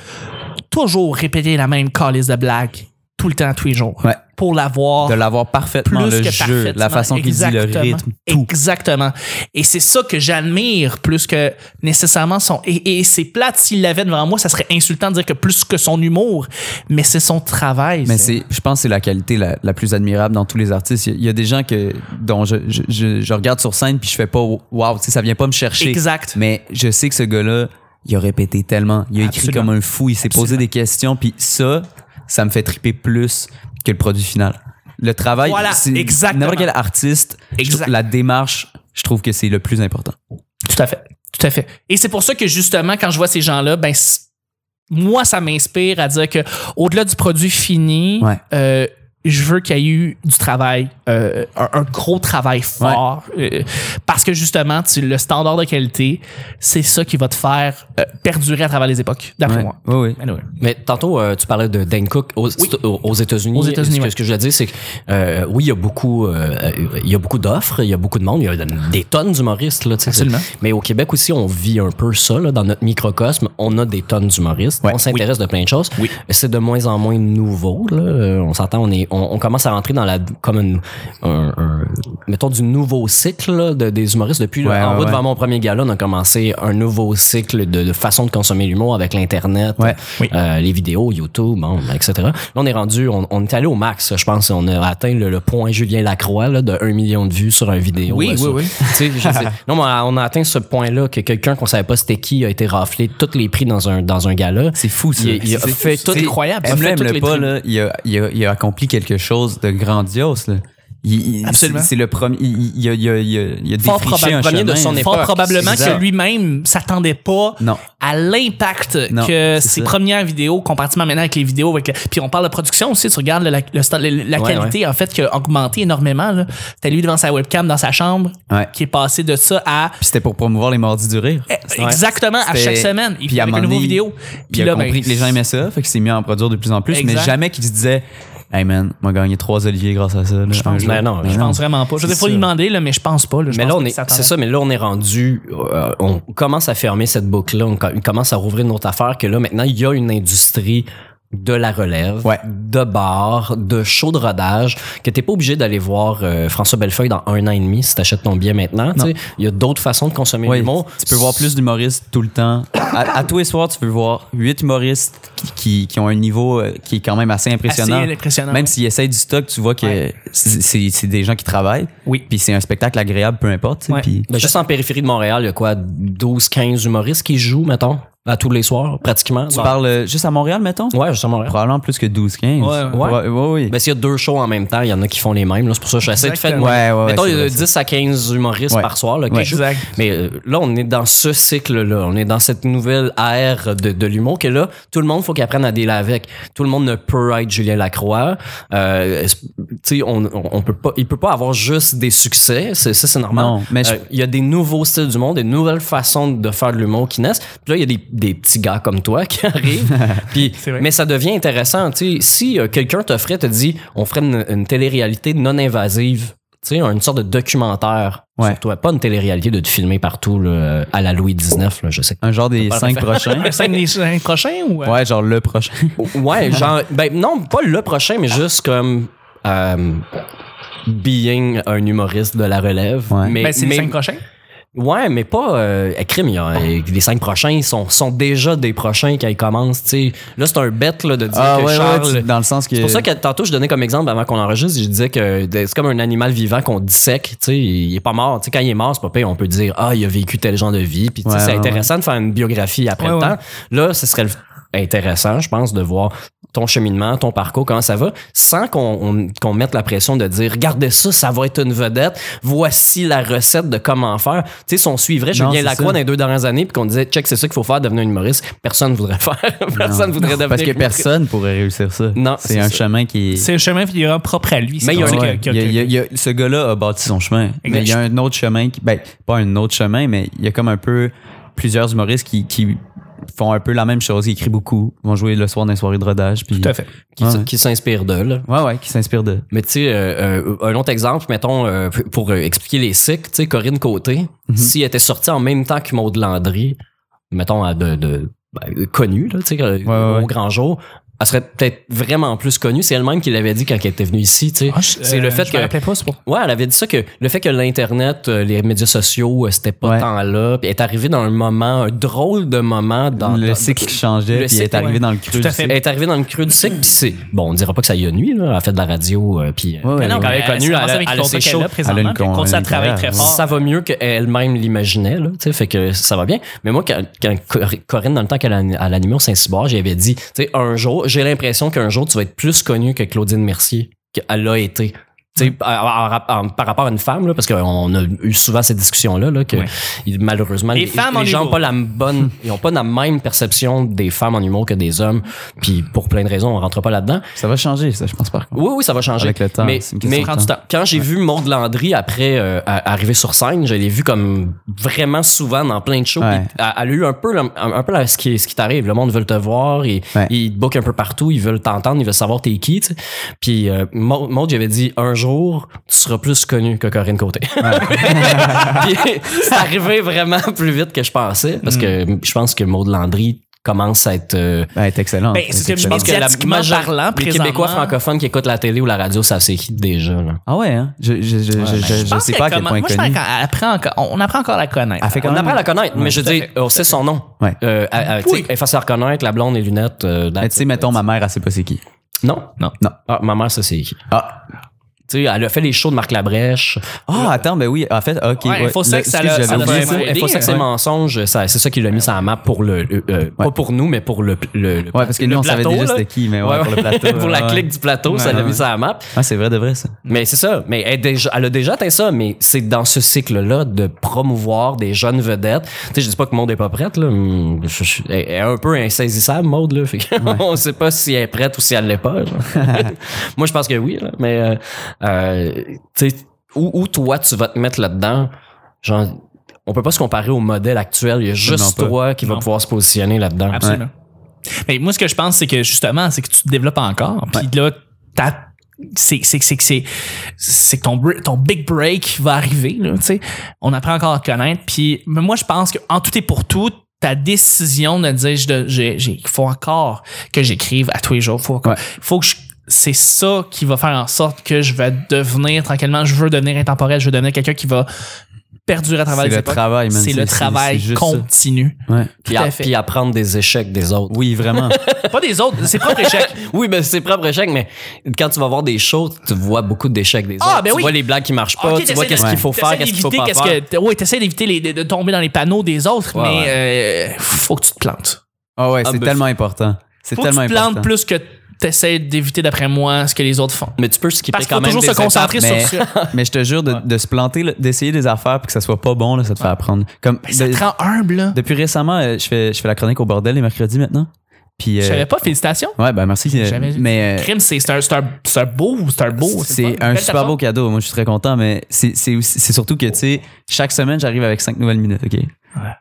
Speaker 2: toujours répéter la même calice de blagues tout le temps, tous les jours.
Speaker 1: Ouais.
Speaker 2: Pour l'avoir
Speaker 1: De l'avoir parfaitement
Speaker 2: plus
Speaker 1: le
Speaker 2: que
Speaker 1: jeu,
Speaker 2: parfaitement.
Speaker 1: la façon qu'il dit, le
Speaker 2: Exactement.
Speaker 1: rythme, tout.
Speaker 2: Exactement. Et c'est ça que j'admire plus que nécessairement son. Et, et c'est plate s'il l'avait devant moi, ça serait insultant de dire que plus que son humour, mais c'est son travail.
Speaker 1: Mais
Speaker 2: ça.
Speaker 1: c'est, je pense que c'est la qualité la, la plus admirable dans tous les artistes. Il y a- il y, a des gens que, dont je, je, je- je regarde sur scène puis je fais pas wow, tu sais, ça vient pas me chercher.
Speaker 2: Exact.
Speaker 1: Mais je sais que ce gars-là, il a répété tellement. Il a écrit
Speaker 2: Absolument.
Speaker 1: comme un fou, il s'est posé des questions. Puis ça, ça me fait triper plus que le produit final. Le travail,
Speaker 2: Voilà,
Speaker 1: c'est
Speaker 2: exactement.
Speaker 1: n'importe quel artiste, je trouve-
Speaker 2: Exact.
Speaker 1: la démarche, je trouve que c'est le plus important.
Speaker 2: Tout à fait. Tout à fait. Et c'est pour ça que justement, quand je vois ces gens-là, ben c- moi, ça m'inspire à dire que au-delà du produit fini,
Speaker 1: Ouais.
Speaker 2: euh, je veux qu'il y ait eu du travail, euh, un, un gros travail fort. euh, parce que justement, tu- le standard de qualité, c'est ça qui va te faire euh, perdurer à travers les époques, d'après
Speaker 1: Ouais.
Speaker 2: moi.
Speaker 1: Oui, oui.
Speaker 2: Anyway.
Speaker 3: Mais tantôt, euh, tu parlais de Dan Cook aux, aux- aux États-Unis.
Speaker 2: Aux États-Unis,
Speaker 3: Ce que-
Speaker 2: ouais.
Speaker 3: Ce que je veux dire, c'est que euh, oui, il y a beaucoup, euh, il y a beaucoup d'offres, il y a beaucoup de monde, il y a des tonnes d'humoristes. là, tu sais.
Speaker 2: Absolument.
Speaker 3: Mais au Québec aussi, on vit un peu ça là, dans notre microcosme. On a des tonnes d'humoristes, on s'intéresse de plein de choses.
Speaker 2: Oui.
Speaker 3: C'est de moins en moins nouveau. Là. Euh, On s'entend, on est, on, on commence à rentrer dans la comme une, un, un- mettons du nouveau cycle là, de, des humoristes depuis
Speaker 1: Ouais,
Speaker 3: en
Speaker 1: ouais,
Speaker 3: route
Speaker 1: ouais.
Speaker 3: vers mon premier gala, on a commencé un nouveau cycle de, de façon de consommer l'humour avec l'internet.
Speaker 1: Ouais.
Speaker 2: Oui.
Speaker 3: Euh, les vidéos, YouTube, bon, etc. Là, on est rendu, on, on est allé au max, je pense. On a atteint le, le point Julien Lacroix là, de 1 million de vues sur un vidéo.
Speaker 2: Oui,
Speaker 3: là,
Speaker 2: oui,
Speaker 3: sur-
Speaker 2: oui.
Speaker 3: Tu sais, je sais- non, mais on a, on a atteint ce point-là que quelqu'un qu'on savait pas c'était qui a été raflé tous les prix dans un, dans un gala.
Speaker 1: C'est fou, ça.
Speaker 3: Il- il a
Speaker 1: C'est-
Speaker 3: fait
Speaker 1: c'est-
Speaker 3: tout
Speaker 1: c'est-
Speaker 3: incroyable. Il a
Speaker 1: Aime-le,
Speaker 3: fait toutes
Speaker 1: aime-le
Speaker 3: les
Speaker 1: pas,
Speaker 3: tri-
Speaker 1: là, il, a, il a- il a accompli quelque chose de grandiose. là. Il- il-
Speaker 2: Absolument.
Speaker 1: C'est c'est le premier. Il, il- il a- il a- il a- il a
Speaker 3: Fort
Speaker 1: défriché
Speaker 3: probable-
Speaker 1: un
Speaker 3: premier
Speaker 1: chemin.
Speaker 3: de son
Speaker 2: Fort
Speaker 3: époque.
Speaker 2: probablement
Speaker 1: C'est ça.
Speaker 2: que lui-même s'attendait pas
Speaker 1: Non.
Speaker 2: à l'impact
Speaker 1: Non,
Speaker 2: que
Speaker 1: c'est
Speaker 2: ses
Speaker 1: ça.
Speaker 2: premières vidéos, comparativement maintenant avec les vidéos, avec la- puis on parle de production aussi, tu regardes le- la, le stand- le- la
Speaker 3: Ouais,
Speaker 2: qualité en fait qui a augmenté énormément. là. C'était lui devant sa webcam dans sa chambre
Speaker 1: Ouais.
Speaker 2: qui est passé de ça à
Speaker 1: Puis c'était pour promouvoir les mordis du
Speaker 3: Eh,
Speaker 1: rire.
Speaker 2: exactement à
Speaker 1: C'était-
Speaker 2: chaque semaine. Il
Speaker 1: puis
Speaker 2: fait
Speaker 1: à
Speaker 2: avec
Speaker 1: un
Speaker 2: une
Speaker 1: moment
Speaker 2: nouvelle
Speaker 1: donné,
Speaker 2: vidéo. Puis
Speaker 1: il
Speaker 2: là,
Speaker 1: a
Speaker 2: ben,
Speaker 1: compris que les gens aimaient ça, fait qu'il s'est mis à en produire de plus en plus,
Speaker 2: Exact.
Speaker 1: mais jamais qu'il se disait Hey man, m'a gagné trois oliviers grâce à ça. là, un
Speaker 3: pense-
Speaker 1: jour.
Speaker 3: Ben non,
Speaker 1: Ben
Speaker 3: je
Speaker 2: Je pense vraiment pas. Je
Speaker 1: C'est
Speaker 2: vais pas lui
Speaker 1: ça.
Speaker 2: demander, là, mais je pense pas. je
Speaker 3: Mais là,
Speaker 2: pense
Speaker 3: on
Speaker 2: pas
Speaker 3: est,
Speaker 2: qu'il s'attendait.
Speaker 3: c'est ça, mais là, on est rendu, euh, on commence à fermer cette boucle-là, on, co- on commence à rouvrir une autre affaire que là, maintenant, il y a une industrie de la relève,
Speaker 1: Ouais.
Speaker 3: de bar, de show de rodage, que t'es pas obligé d'aller voir euh, François Bellefeuille dans un an et demi si t'achètes ton billet maintenant. tu sais. Il y a d'autres façons de consommer
Speaker 1: Oui,
Speaker 3: l'humour.
Speaker 1: tu peux voir plus d'humoristes tout le temps. À, à tous les soirs, tu peux voir huit humoristes qui, qui, qui ont un niveau euh, qui est quand même assez impressionnant.
Speaker 2: Assez impressionnant.
Speaker 1: Même s'ils essayent du stock, tu vois que
Speaker 2: Ouais.
Speaker 1: c'est- c'est c'est des gens qui travaillent.
Speaker 2: Oui.
Speaker 1: Puis c'est un spectacle agréable, peu importe. tu sais,
Speaker 2: Ouais.
Speaker 1: puis-
Speaker 3: Ben, juste en périphérie de Montréal, il y a quoi, 12, 15 humoristes qui jouent, mettons, à tous les soirs, pratiquement.
Speaker 1: tu
Speaker 3: Dans-
Speaker 1: parles euh, juste à Montréal, mettons?
Speaker 3: Ouais, juste à Montréal.
Speaker 1: Probablement plus que 12-15.
Speaker 2: Ouais,
Speaker 3: ouais.
Speaker 1: ouais, ouais.
Speaker 3: Ben, s'il y a deux shows en même temps, il y en a qui font les mêmes. là. C'est pour ça que j'essaie de faire.
Speaker 2: Exactement.
Speaker 1: Ouais, ouais, ouais,
Speaker 3: mettons,
Speaker 1: c'est
Speaker 3: il y a
Speaker 1: vrai,
Speaker 3: 10 à 15 humoristes
Speaker 1: Ouais.
Speaker 3: par soir. Là, qui
Speaker 1: Ouais.
Speaker 3: jouent.
Speaker 2: Exact.
Speaker 3: Mais euh, là, on est dans ce cycle-là. On est dans cette nouvelle ère de, de l'humour que là, tout le monde, faut qu'il apprenne à dealer avec. Tout le monde ne peut être Julien Lacroix. Euh, est-ce- tu sais, on, on, on peut pas, il peut pas avoir juste des succès. C'est, ça, c'est normal.
Speaker 1: Non, mais je-
Speaker 3: Euh, il y a des nouveaux styles du monde, des nouvelles façons de faire de l'humour qui naissent. Puis là, il y a des, des petits gars comme toi qui arrivent. Puis,
Speaker 2: C'est vrai.
Speaker 3: mais ça devient intéressant. tu sais. Si euh, quelqu'un t'offrait, te dit, on ferait une, une télé-réalité non invasive, tu sais, une sorte de documentaire
Speaker 1: Ouais.
Speaker 3: sur toi. Pas une télé-réalité de te filmer partout là, à la Louis XIX, là, je sais.
Speaker 1: Un genre des
Speaker 3: Pas
Speaker 1: cinq
Speaker 3: parfait.
Speaker 1: prochains.
Speaker 2: Le cinq des- cinq prochains ou. euh,
Speaker 1: Ouais, genre le prochain.
Speaker 3: Ouais, genre, ben non, pas le prochain, mais juste comme euh, being un humoriste de la relève.
Speaker 1: Ouais.
Speaker 3: Mais,
Speaker 2: ben, c'est les
Speaker 3: mais-
Speaker 2: cinq prochains.
Speaker 3: Ouais, mais pas euh, eh, crime. il y a- les cinq prochains ils sont, sont déjà des prochains quand ils commencent. tu sais. Là, c'est un bet là, de dire que Charles.
Speaker 1: Ah, tu- dans le sens que.
Speaker 3: C'est pour ça que tantôt, je donnais comme exemple avant qu'on enregistre, je disais que c'est comme un animal vivant qu'on dissèque, tu sais, il est pas mort. Tu sais, quand il est mort, c'est pas pire, on peut dire, ah, il a vécu tel genre de vie, puis tu sais,
Speaker 1: Ouais,
Speaker 3: c'est
Speaker 1: ouais,
Speaker 3: intéressant de faire une biographie après
Speaker 2: Ouais,
Speaker 3: le
Speaker 2: ouais.
Speaker 3: temps. Là, ce serait intéressant, je pense, de voir ton cheminement, ton parcours, comment ça va, sans qu'on on- qu'on mette la pression de dire, regardez ça, ça va être une vedette, voici la recette de comment faire. Tu sais, si on suivrait
Speaker 1: Non,
Speaker 3: Julien
Speaker 1: c'est
Speaker 3: Lacroix
Speaker 1: ça.
Speaker 3: dans les deux dernières années, puis qu'on disait, check, c'est ça qu'il faut faire, devenir humoriste, personne ne voudrait faire, personne ne voudrait devenir
Speaker 1: Parce que
Speaker 3: humoriste.
Speaker 1: personne pourrait réussir ça.
Speaker 3: Non, c'est
Speaker 1: C'est un
Speaker 3: ça.
Speaker 1: chemin qui.
Speaker 2: C'est un chemin qui est propre à lui. c'est
Speaker 3: Mais il y a
Speaker 2: pour
Speaker 3: un-
Speaker 2: ça
Speaker 1: Ah Ouais,
Speaker 2: que-
Speaker 1: il y a-
Speaker 2: que-
Speaker 1: il y a- il y a- ce gars-là a bâti son chemin. Mais il y a un autre chemin qui. Ben, pas un autre chemin, mais il y a comme un peu plusieurs humoristes qui, qui font un peu la même chose. Ils écrivent beaucoup, vont jouer le soir dans les soirées de rodage. Puis,
Speaker 2: Tout à fait.
Speaker 3: qui,
Speaker 1: Ouais,
Speaker 3: s-
Speaker 1: ouais.
Speaker 3: qui s'inspire d'eux, là.
Speaker 1: Ouais, ouais, qui s'inspirent de.
Speaker 3: Mais tu sais, euh, euh, un autre exemple, mettons, euh, p- pour euh, expliquer les cycles, tu sais, Corinne Côté, si elle était sortie en même temps que Maud Landry, mettons, à de, de, ben, de connue, là, tu sais, euh,
Speaker 1: ouais,
Speaker 3: au
Speaker 1: ouais.
Speaker 3: grand jour, elle serait peut-être vraiment plus connue. C'est elle-même qui l'avait dit quand elle était venue ici, tu sais.
Speaker 2: Ah, je-
Speaker 3: c'est
Speaker 2: euh,
Speaker 3: le fait
Speaker 2: je
Speaker 3: que...
Speaker 2: me rappelais pas, c'est pour.
Speaker 3: Ouais, elle avait dit ça que le fait que l'internet, euh, les médias sociaux, euh, c'était pas
Speaker 1: Ouais.
Speaker 3: tant là, puis elle est arrivée dans un moment, un drôle de moment dans
Speaker 1: le
Speaker 3: dans-
Speaker 1: cycle qui changeait,
Speaker 3: le
Speaker 1: puis il est
Speaker 3: cycle,
Speaker 1: arrivé
Speaker 2: ouais.
Speaker 1: dans le creux.
Speaker 2: Tout à
Speaker 1: du
Speaker 2: fait.
Speaker 1: cycle.
Speaker 3: Elle est arrivée dans le creux du cycle, puis c'est. Bon, on dira pas que ça y a nuit, là. Elle a fait de la radio, euh, puis. euh,
Speaker 1: Ouais, ouais,
Speaker 3: elle est
Speaker 1: non,
Speaker 3: quand
Speaker 2: mais
Speaker 3: même connue,
Speaker 2: ça commence
Speaker 3: elle, a-
Speaker 2: avec
Speaker 3: elle
Speaker 2: le
Speaker 3: a
Speaker 2: contrat
Speaker 3: ses
Speaker 2: qu'elle
Speaker 3: shows.
Speaker 2: a présentement,
Speaker 1: Elle a une
Speaker 2: puis elle
Speaker 1: con-
Speaker 2: continue à
Speaker 1: une
Speaker 2: travailler très
Speaker 1: carrière,
Speaker 2: fort.
Speaker 3: Ça va mieux qu'elle-même l'imaginait, là. Tu sais, fait que ça va bien. Mais moi, quand, quand Cor- Corinne, dans le temps qu'elle an- elle animait au Saint-Cyboire, j'avais dit, tu sais, un jour, j'ai l'impression qu'un jour, tu vas être plus connue que Claudine Mercier, qu'elle a été. Tu sais, en- en- en- par rapport à une femme, là, parce qu'on a eu souvent cette discussion-là, là, que
Speaker 2: Ouais.
Speaker 3: il- malheureusement,
Speaker 2: Les
Speaker 3: les,
Speaker 2: femmes
Speaker 3: les
Speaker 2: en
Speaker 3: gens n'ont
Speaker 2: humour.
Speaker 3: pas la bonne, ils ont pas la même perception des femmes en humour que des hommes. Puis pour plein de raisons, on rentre pas là-dedans.
Speaker 1: Ça va changer, ça, je pense, par contre.
Speaker 3: Oui, oui, ça va changer.
Speaker 1: Avec le temps,
Speaker 3: Mais,
Speaker 1: c'est une
Speaker 3: mais
Speaker 1: question
Speaker 3: quand,
Speaker 1: de temps.
Speaker 3: quand j'ai vu Maud Landry après euh, à- arriver sur scène, je l'ai vu comme vraiment souvent dans plein de shows.
Speaker 1: Ouais.
Speaker 3: Puis Elle elle a eu un peu, le- un, un peu la- ce qui, ce qui t'arrive. Le monde veut te voir, et,
Speaker 1: Ouais.
Speaker 3: ils te bookent un peu partout, ils veulent t'entendre, ils veulent savoir t'es qui. tu sais. Puis euh, Maud, Maud, j'avais dit un jour, tu seras plus connu que Corinne Côté. Puis c'est arrivé vraiment plus vite que je pensais parce que je pense que Maud Landry commence à être euh,
Speaker 1: Ben, elle est excellent.
Speaker 2: Ben, c'est ce que je pense que la
Speaker 3: Médiatiquement parlant, les
Speaker 2: présentement-
Speaker 3: Québécois francophones qui écoutent la télé ou la radio, ça c'est qui déjà. Là.
Speaker 1: Ah ouais, hein? Je, je, je, je, je- je
Speaker 2: pense
Speaker 1: sais
Speaker 2: qu'elle
Speaker 1: pas à quel
Speaker 2: commence-
Speaker 1: point
Speaker 2: moi,
Speaker 1: elle
Speaker 2: ben, je
Speaker 1: est connue.
Speaker 2: pense qu'elle apprend encore- on apprend encore à la connaître.
Speaker 1: Elle fait quand
Speaker 3: On
Speaker 1: même-
Speaker 3: apprend à la connaître, mais je
Speaker 2: tout à
Speaker 3: dis,
Speaker 2: fait.
Speaker 3: on sait son nom.
Speaker 1: Ouais.
Speaker 3: Euh, elle- elle- tu sais,
Speaker 2: Oui.
Speaker 3: elle est facile à reconnaître, la blonde, les lunettes. euh, la-
Speaker 1: Mais tu sais, mettons, ma mère, elle sait pas c'est qui.
Speaker 3: Non.
Speaker 1: Non. Non.
Speaker 3: Ah, ma mère, ça c'est qui?
Speaker 1: Ah,
Speaker 3: Tu Tu sais, elle a fait les shows de Marc Labrèche.
Speaker 1: Ah, attends, ben oui, en fait, ok.
Speaker 3: Ouais, InfoSec,
Speaker 1: Le-
Speaker 3: ça
Speaker 1: excuse,
Speaker 3: l'a- ça
Speaker 1: j'avais
Speaker 3: l'a
Speaker 1: oublié
Speaker 3: vraiment
Speaker 1: ça.
Speaker 5: aidé,
Speaker 3: aidé, InfoSec,
Speaker 5: hein.
Speaker 3: c'est
Speaker 5: Ouais.
Speaker 3: mensonge, ça- c'est ça qui l'a mis sur la map pour le. euh, euh, Pas pour nous, mais pour le. le, le-
Speaker 1: Ouais, parce que
Speaker 3: le
Speaker 1: nous, on
Speaker 3: plateau,
Speaker 1: savait déjà
Speaker 3: là.
Speaker 1: c'était qui, mais ouais,
Speaker 3: Ouais,
Speaker 1: pour le
Speaker 3: ouais.
Speaker 1: plateau.
Speaker 3: Pour la
Speaker 1: ouais.
Speaker 3: clique du plateau, ça
Speaker 1: Ouais,
Speaker 3: l'a
Speaker 1: ouais.
Speaker 3: mis sur la map.
Speaker 1: Ah, c'est vrai, de vrai, ça.
Speaker 3: Mais c'est ça. Mais elle, est déjà- elle a déjà atteint ça, mais c'est dans ce cycle-là de promouvoir des jeunes vedettes. Tu sais, je dis pas que Maud est pas prête, là. mais je- je- elle est un peu insaisissable, Maud, là. Fait que on sait pas si elle est prête ou si elle l'est pas. genre. Moi, je pense que oui, là. Mais, euh, euh, tu sais, où, où toi, tu vas te mettre là-dedans? Genre, on peut pas se comparer au modèle actuel. Il y a juste
Speaker 1: pas.
Speaker 3: toi qui va
Speaker 2: Non.
Speaker 3: pouvoir se positionner là-dedans.
Speaker 2: Absolument. Mais moi, ce que je pense, c'est que justement, c'est que tu te développes encore. Puis là, t'as- c'est c'est c'est que c'est c'est que ton br- ton big break va arriver là, tu sais. on apprend encore à te connaître puis mais moi je pense que en tout et pour tout ta décision de dire je de- j'ai j'ai- il faut encore que j'écrive à tous les jours faut encore-
Speaker 1: Ouais.
Speaker 2: faut que je- c'est ça qui va faire en sorte que je vais devenir tranquillement je veux devenir intemporel je veux devenir quelqu'un qui va perdurer à travers
Speaker 1: C'est
Speaker 2: les
Speaker 1: le
Speaker 2: époques.
Speaker 1: travail, man.
Speaker 2: c'est le travail
Speaker 1: c'est juste
Speaker 2: continu
Speaker 1: ça. Ouais.
Speaker 3: Puis,
Speaker 2: tout à
Speaker 3: à-
Speaker 2: fait.
Speaker 3: puis apprendre des échecs des autres.
Speaker 1: Oui, vraiment.
Speaker 2: pas des autres c'est propre échec
Speaker 3: Oui, mais c'est ses propres échecs, mais quand tu vas voir des shows, tu vois beaucoup d'échecs des
Speaker 2: Ah,
Speaker 3: autres.
Speaker 2: ben
Speaker 3: tu
Speaker 2: oui.
Speaker 3: vois les blagues qui marchent pas,
Speaker 2: Ok,
Speaker 3: tu
Speaker 2: t'essaies
Speaker 3: vois
Speaker 2: de-
Speaker 3: qu'est-ce qu'il faut
Speaker 2: t'essaies
Speaker 3: faire, qu'est-ce qu'il faut pas
Speaker 2: d'éviter,
Speaker 3: faire.
Speaker 2: qu'est-ce que- ouais, t'essaies d'éviter les- de, de tomber dans les panneaux des autres,
Speaker 3: Ouais,
Speaker 2: mais euh, faut que tu te plantes.
Speaker 1: Ah ouais,
Speaker 3: Ah,
Speaker 1: c'est
Speaker 3: ben,
Speaker 1: tellement important. C'est
Speaker 2: Faut que tu
Speaker 1: tellement
Speaker 2: te
Speaker 1: important.
Speaker 2: plantes plus que t'essaies d'éviter, d'après moi, ce que les autres font.
Speaker 3: Mais tu peux skipper
Speaker 2: Parce qu'il
Speaker 3: quand
Speaker 2: faut
Speaker 3: même
Speaker 2: toujours
Speaker 3: des
Speaker 2: se
Speaker 3: étapes.
Speaker 2: concentrer sur
Speaker 1: mais-
Speaker 2: ça.
Speaker 1: Mais je te jure, de, de se planter, là, d'essayer des affaires puis que ça soit pas bon, là, ça te fait apprendre. Comme,
Speaker 2: Ben, Ça
Speaker 1: de-
Speaker 2: te rend humble, là.
Speaker 1: depuis récemment, euh, je fais, je fais la chronique au bordel les mercredis maintenant. Puis,
Speaker 2: Je
Speaker 1: euh,
Speaker 2: savais pas, félicitations.
Speaker 1: ouais, ben merci. euh,
Speaker 2: J'avais-
Speaker 1: Mais, euh,
Speaker 2: Crime, c'est c'est un, c'est un- c'est un beau, c'est un beau. le
Speaker 1: C'est
Speaker 2: fun.
Speaker 1: un
Speaker 2: Belle
Speaker 1: super beau
Speaker 2: façon.
Speaker 1: cadeau. Moi, je suis très content, mais c'est c'est aussi- c'est surtout que, tu sais, chaque semaine, j'arrive avec cinq nouvelles minutes, OK?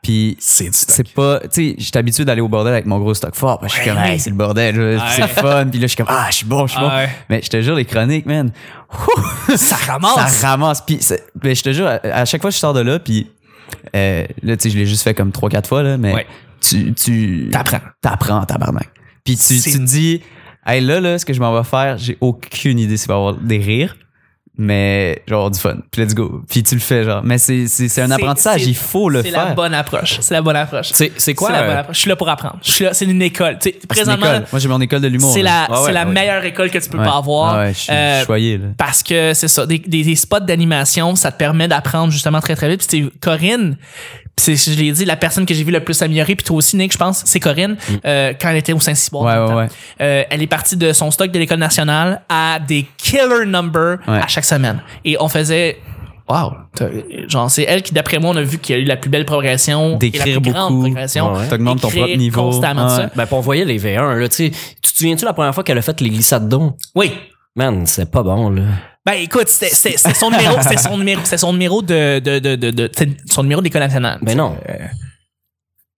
Speaker 1: Puis,
Speaker 2: C'est du stock.
Speaker 1: c'est pas. Tu sais, j'étais habitué d'aller au bordel avec mon gros stock fort. parce que je suis comme,
Speaker 2: Ouais.
Speaker 1: hey, c'est le bordel, là, puis c'est le fun. Puis là, je suis comme, ah, je suis bon, je suis bon.
Speaker 2: Ah ouais.
Speaker 1: Mais je te jure, les chroniques, man,
Speaker 2: Ça ramasse.
Speaker 1: ça ramasse. Puis, c'est- mais je te jure, à, à chaque fois, je sors de là, puis euh, là, tu sais, je l'ai juste fait comme 3-4 fois, là, mais
Speaker 2: Ouais.
Speaker 1: tu. tu
Speaker 2: T'apprends.
Speaker 1: T'apprends, tabarnak. Puis tu,
Speaker 2: C'est-
Speaker 1: tu te dis, hey, là, là, ce que je m'en vais faire, j'ai aucune idée s'il va y avoir des rires, mais genre avoir du fun. Puis let's go. Puis tu le fais, genre. Mais c'est, c'est, c'est un
Speaker 2: C'est-
Speaker 1: apprentissage,
Speaker 2: c'est-
Speaker 1: il faut le
Speaker 2: C'est la
Speaker 1: faire.
Speaker 2: bonne approche. C'est la bonne approche.
Speaker 3: C'est c'est quoi
Speaker 2: C'est la
Speaker 3: euh,
Speaker 2: bonne approche. Je suis là pour apprendre. Je suis là, c'est une école. Tu sais,
Speaker 1: Ah, C'est une
Speaker 2: présentement,
Speaker 1: école. Moi, j'ai mon école de l'humour.
Speaker 2: c'est
Speaker 1: là.
Speaker 2: la,
Speaker 3: Ah Ouais, ouais,
Speaker 2: c'est la
Speaker 3: ouais.
Speaker 2: meilleure école que tu peux
Speaker 1: Ouais.
Speaker 2: pas avoir.
Speaker 1: Ah ouais, je suis je
Speaker 2: Euh,
Speaker 1: suis choyé, là.
Speaker 2: parce que c'est ça, des, des- des spots d'animation, ça te permet d'apprendre justement très très vite. Puis c'est Corinne, puis c'est, je l'ai dit, la personne que j'ai vu le plus améliorer, puis toi aussi Nick, je pense, c'est Corinne, euh, quand elle était au Saint-Cyboire.
Speaker 1: Mm. Ouais,
Speaker 2: dans le
Speaker 1: ouais,
Speaker 2: temps.
Speaker 1: ouais.
Speaker 2: Euh, elle est partie de son stock de l'école nationale à des killer numbers
Speaker 1: Ouais.
Speaker 2: à chaque semaine. Et on faisait... Wow, t'as- genre c'est elle qui d'après moi on a vu qu'il y a eu la plus belle progression, et la
Speaker 1: D'écrire
Speaker 2: plus grande
Speaker 1: beaucoup.
Speaker 2: progression,
Speaker 1: Ouais, ouais. T'augmentes ton
Speaker 2: Écrire
Speaker 1: propre niveau.
Speaker 2: constamment tout
Speaker 1: Ouais.
Speaker 2: ça.
Speaker 3: Ben, pour envoyer les V1, là, tu sais, tu te souviens-tu la première fois qu'elle a fait les glissades d'eau?
Speaker 2: Oui,
Speaker 3: Man, c'est pas bon, là.
Speaker 2: Ben écoute, c'était c'était- c'était son numéro, c'était son numéro, c'était son numéro de de de de, de- c'était son numéro d'école nationale.
Speaker 3: Ben non.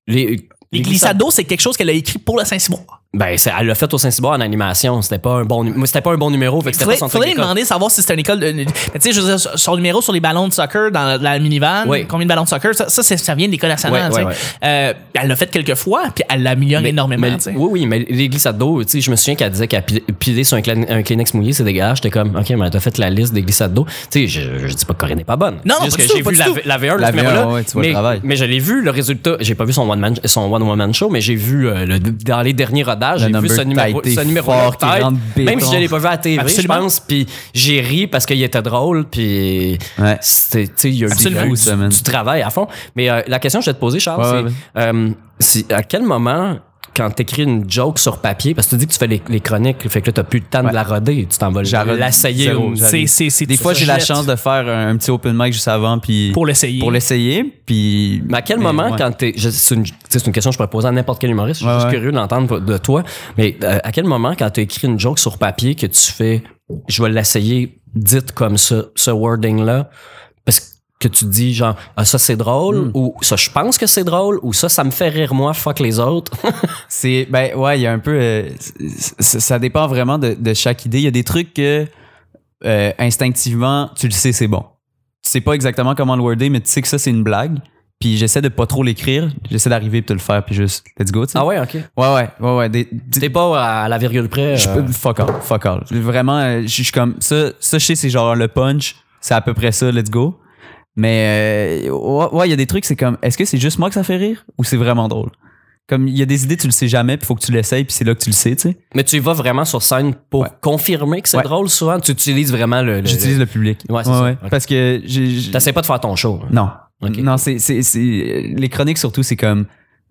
Speaker 3: Les,
Speaker 2: euh, les glissades d'eau, c'est quelque chose qu'elle a écrit pour la Saint-Simon.
Speaker 3: Ben, c'est- elle l'a fait au Saint-Cyboire en animation. C'était pas un bon, nu- moi, c'était pas un bon numéro, fait que c'était
Speaker 2: Faudrait,
Speaker 3: pas son truc
Speaker 2: faudrait lui
Speaker 3: d'école.
Speaker 2: demander de savoir si c'était une école de, mais tu sais je veux dire son numéro sur les ballons de soccer dans la, la minivan,
Speaker 3: Oui.
Speaker 2: combien de ballons de soccer, ça ça, c'est- ça vient de l'école nationale,
Speaker 3: Ouais,
Speaker 2: tu
Speaker 3: ouais,
Speaker 2: sais. Euh, elle l'a fait quelques fois puis elle l'améliore énormément,
Speaker 3: mais-
Speaker 2: tu sais.
Speaker 3: oui, oui, mais les glissades d'eau, tu sais, je me souviens qu'elle disait qu'elle pil- pilait sur un, clen- un Kleenex mouillé, c'est dégueulasse. J'étais comme, OK, mais t'as fait la liste des glissades d'eau. Tu sais, je, je dis pas que Corinne n'est pas bonne.
Speaker 2: Non, non,
Speaker 3: Juste
Speaker 2: pas du
Speaker 3: que
Speaker 2: tout,
Speaker 3: j'ai
Speaker 2: pas
Speaker 3: vu
Speaker 2: du
Speaker 3: la,
Speaker 2: tout.
Speaker 3: la V1 de
Speaker 1: La
Speaker 3: ce numéro-là.
Speaker 1: V1, ouais, tu vois le
Speaker 3: mais,
Speaker 1: travail.
Speaker 3: mais je l'ai vu, le résultat. J'ai pas vu son one-man son one -man show, mais j'ai vu euh, le- dans les derniers rodages,
Speaker 1: Le
Speaker 3: j'ai vu
Speaker 1: number
Speaker 3: ce numéro,
Speaker 1: tighté
Speaker 3: ce numéro
Speaker 1: fort qui rentre béton.
Speaker 3: Même si je l'ai pas vu à la TV,
Speaker 2: Absolument.
Speaker 3: je pense. Puis j'ai ri parce qu'il était drôle. Puis
Speaker 1: Ouais.
Speaker 3: c'était, tu sais, il y a eu du-
Speaker 1: Absolument. Ça, man.
Speaker 3: du, du travail à fond. Mais euh, la question que je vais te poser, Charles,
Speaker 1: Ouais,
Speaker 3: c'est
Speaker 1: ouais,
Speaker 3: euh, si- à quel moment, quand t'écris une joke sur papier, parce que tu dis que tu fais les, les chroniques, fait que là, t'as plus le temps de la roder, tu t'en vas
Speaker 1: J'arrode
Speaker 3: l'assayer.
Speaker 1: zéro,
Speaker 3: ou-
Speaker 1: zéro.
Speaker 2: C'est c'est c'est
Speaker 1: Des
Speaker 2: tu
Speaker 1: fois,
Speaker 2: te
Speaker 1: j'ai la
Speaker 2: jettes
Speaker 1: chance de faire un, un petit open mic juste avant, puis.
Speaker 2: pour l'essayer.
Speaker 1: Pour l'essayer, puis.
Speaker 3: Mais à quel
Speaker 1: mais
Speaker 3: moment,
Speaker 1: ouais.
Speaker 3: quand t'es. je- C'est une, tu sais, c'est une question que je pourrais poser à n'importe quel humoriste, je suis
Speaker 1: Ouais,
Speaker 3: juste
Speaker 1: ouais.
Speaker 3: curieux d'entendre de toi, mais euh, à quel moment, quand t'as écrit une joke sur papier, que tu fais je vais l'essayer dite comme ça, ce wording-là, parce que que tu dis genre Ah, ça c'est
Speaker 1: Hmm.
Speaker 3: drôle ou ça je pense que c'est drôle ou ça ça me fait rire moi fuck les autres
Speaker 1: C'est ben ouais, il y a un peu euh, c- c- ça dépend vraiment de, de chaque idée. Il y a des trucs que euh, instinctivement, tu le sais c'est bon. Tu sais pas exactement comment le worder, mais tu sais que ça c'est une blague. Puis j'essaie de pas trop l'écrire, j'essaie d'arriver puis de le faire puis juste let's go, tu sais.
Speaker 3: ah ouais ok
Speaker 1: Ouais ouais, ouais ouais, des- des-
Speaker 3: T'es pas à la virgule près.
Speaker 1: je
Speaker 3: euh,
Speaker 1: peux- fuck all, fuck all. Vraiment euh, je je suis comme ça ça je sais c'est genre le punch, c'est à peu près ça, let's go. Mais euh, ouais, ouais, il y a des trucs c'est comme est-ce que c'est juste moi que ça fait rire ou c'est vraiment drôle Comme il y a des idées, tu le sais jamais, puis faut que tu l'essayes, puis c'est là que tu le sais, tu sais.
Speaker 3: Mais tu y vas vraiment sur scène pour
Speaker 1: Ouais.
Speaker 3: confirmer que c'est
Speaker 1: Ouais.
Speaker 3: drôle souvent. Tu utilises vraiment le. le-
Speaker 1: J'utilise le public.
Speaker 3: Ouais, c'est ça. Ok.
Speaker 1: Parce que j'ai. j'ai-
Speaker 3: T'essaies pas de faire ton show. hein.
Speaker 1: Non.
Speaker 3: Ok.
Speaker 1: Non, c'est, c'est, c'est- Les chroniques, surtout, c'est comme.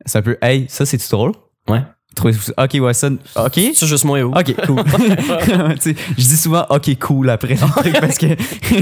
Speaker 1: C'est un peu, hey, ça, c'est-tu drôle?
Speaker 3: Ouais.
Speaker 1: Trouvez-vous- Ok, ouais, ça. Ok.
Speaker 3: C'est juste moi et où.
Speaker 1: Ok, cool. Tu sais, je dis souvent ok, cool après. parce que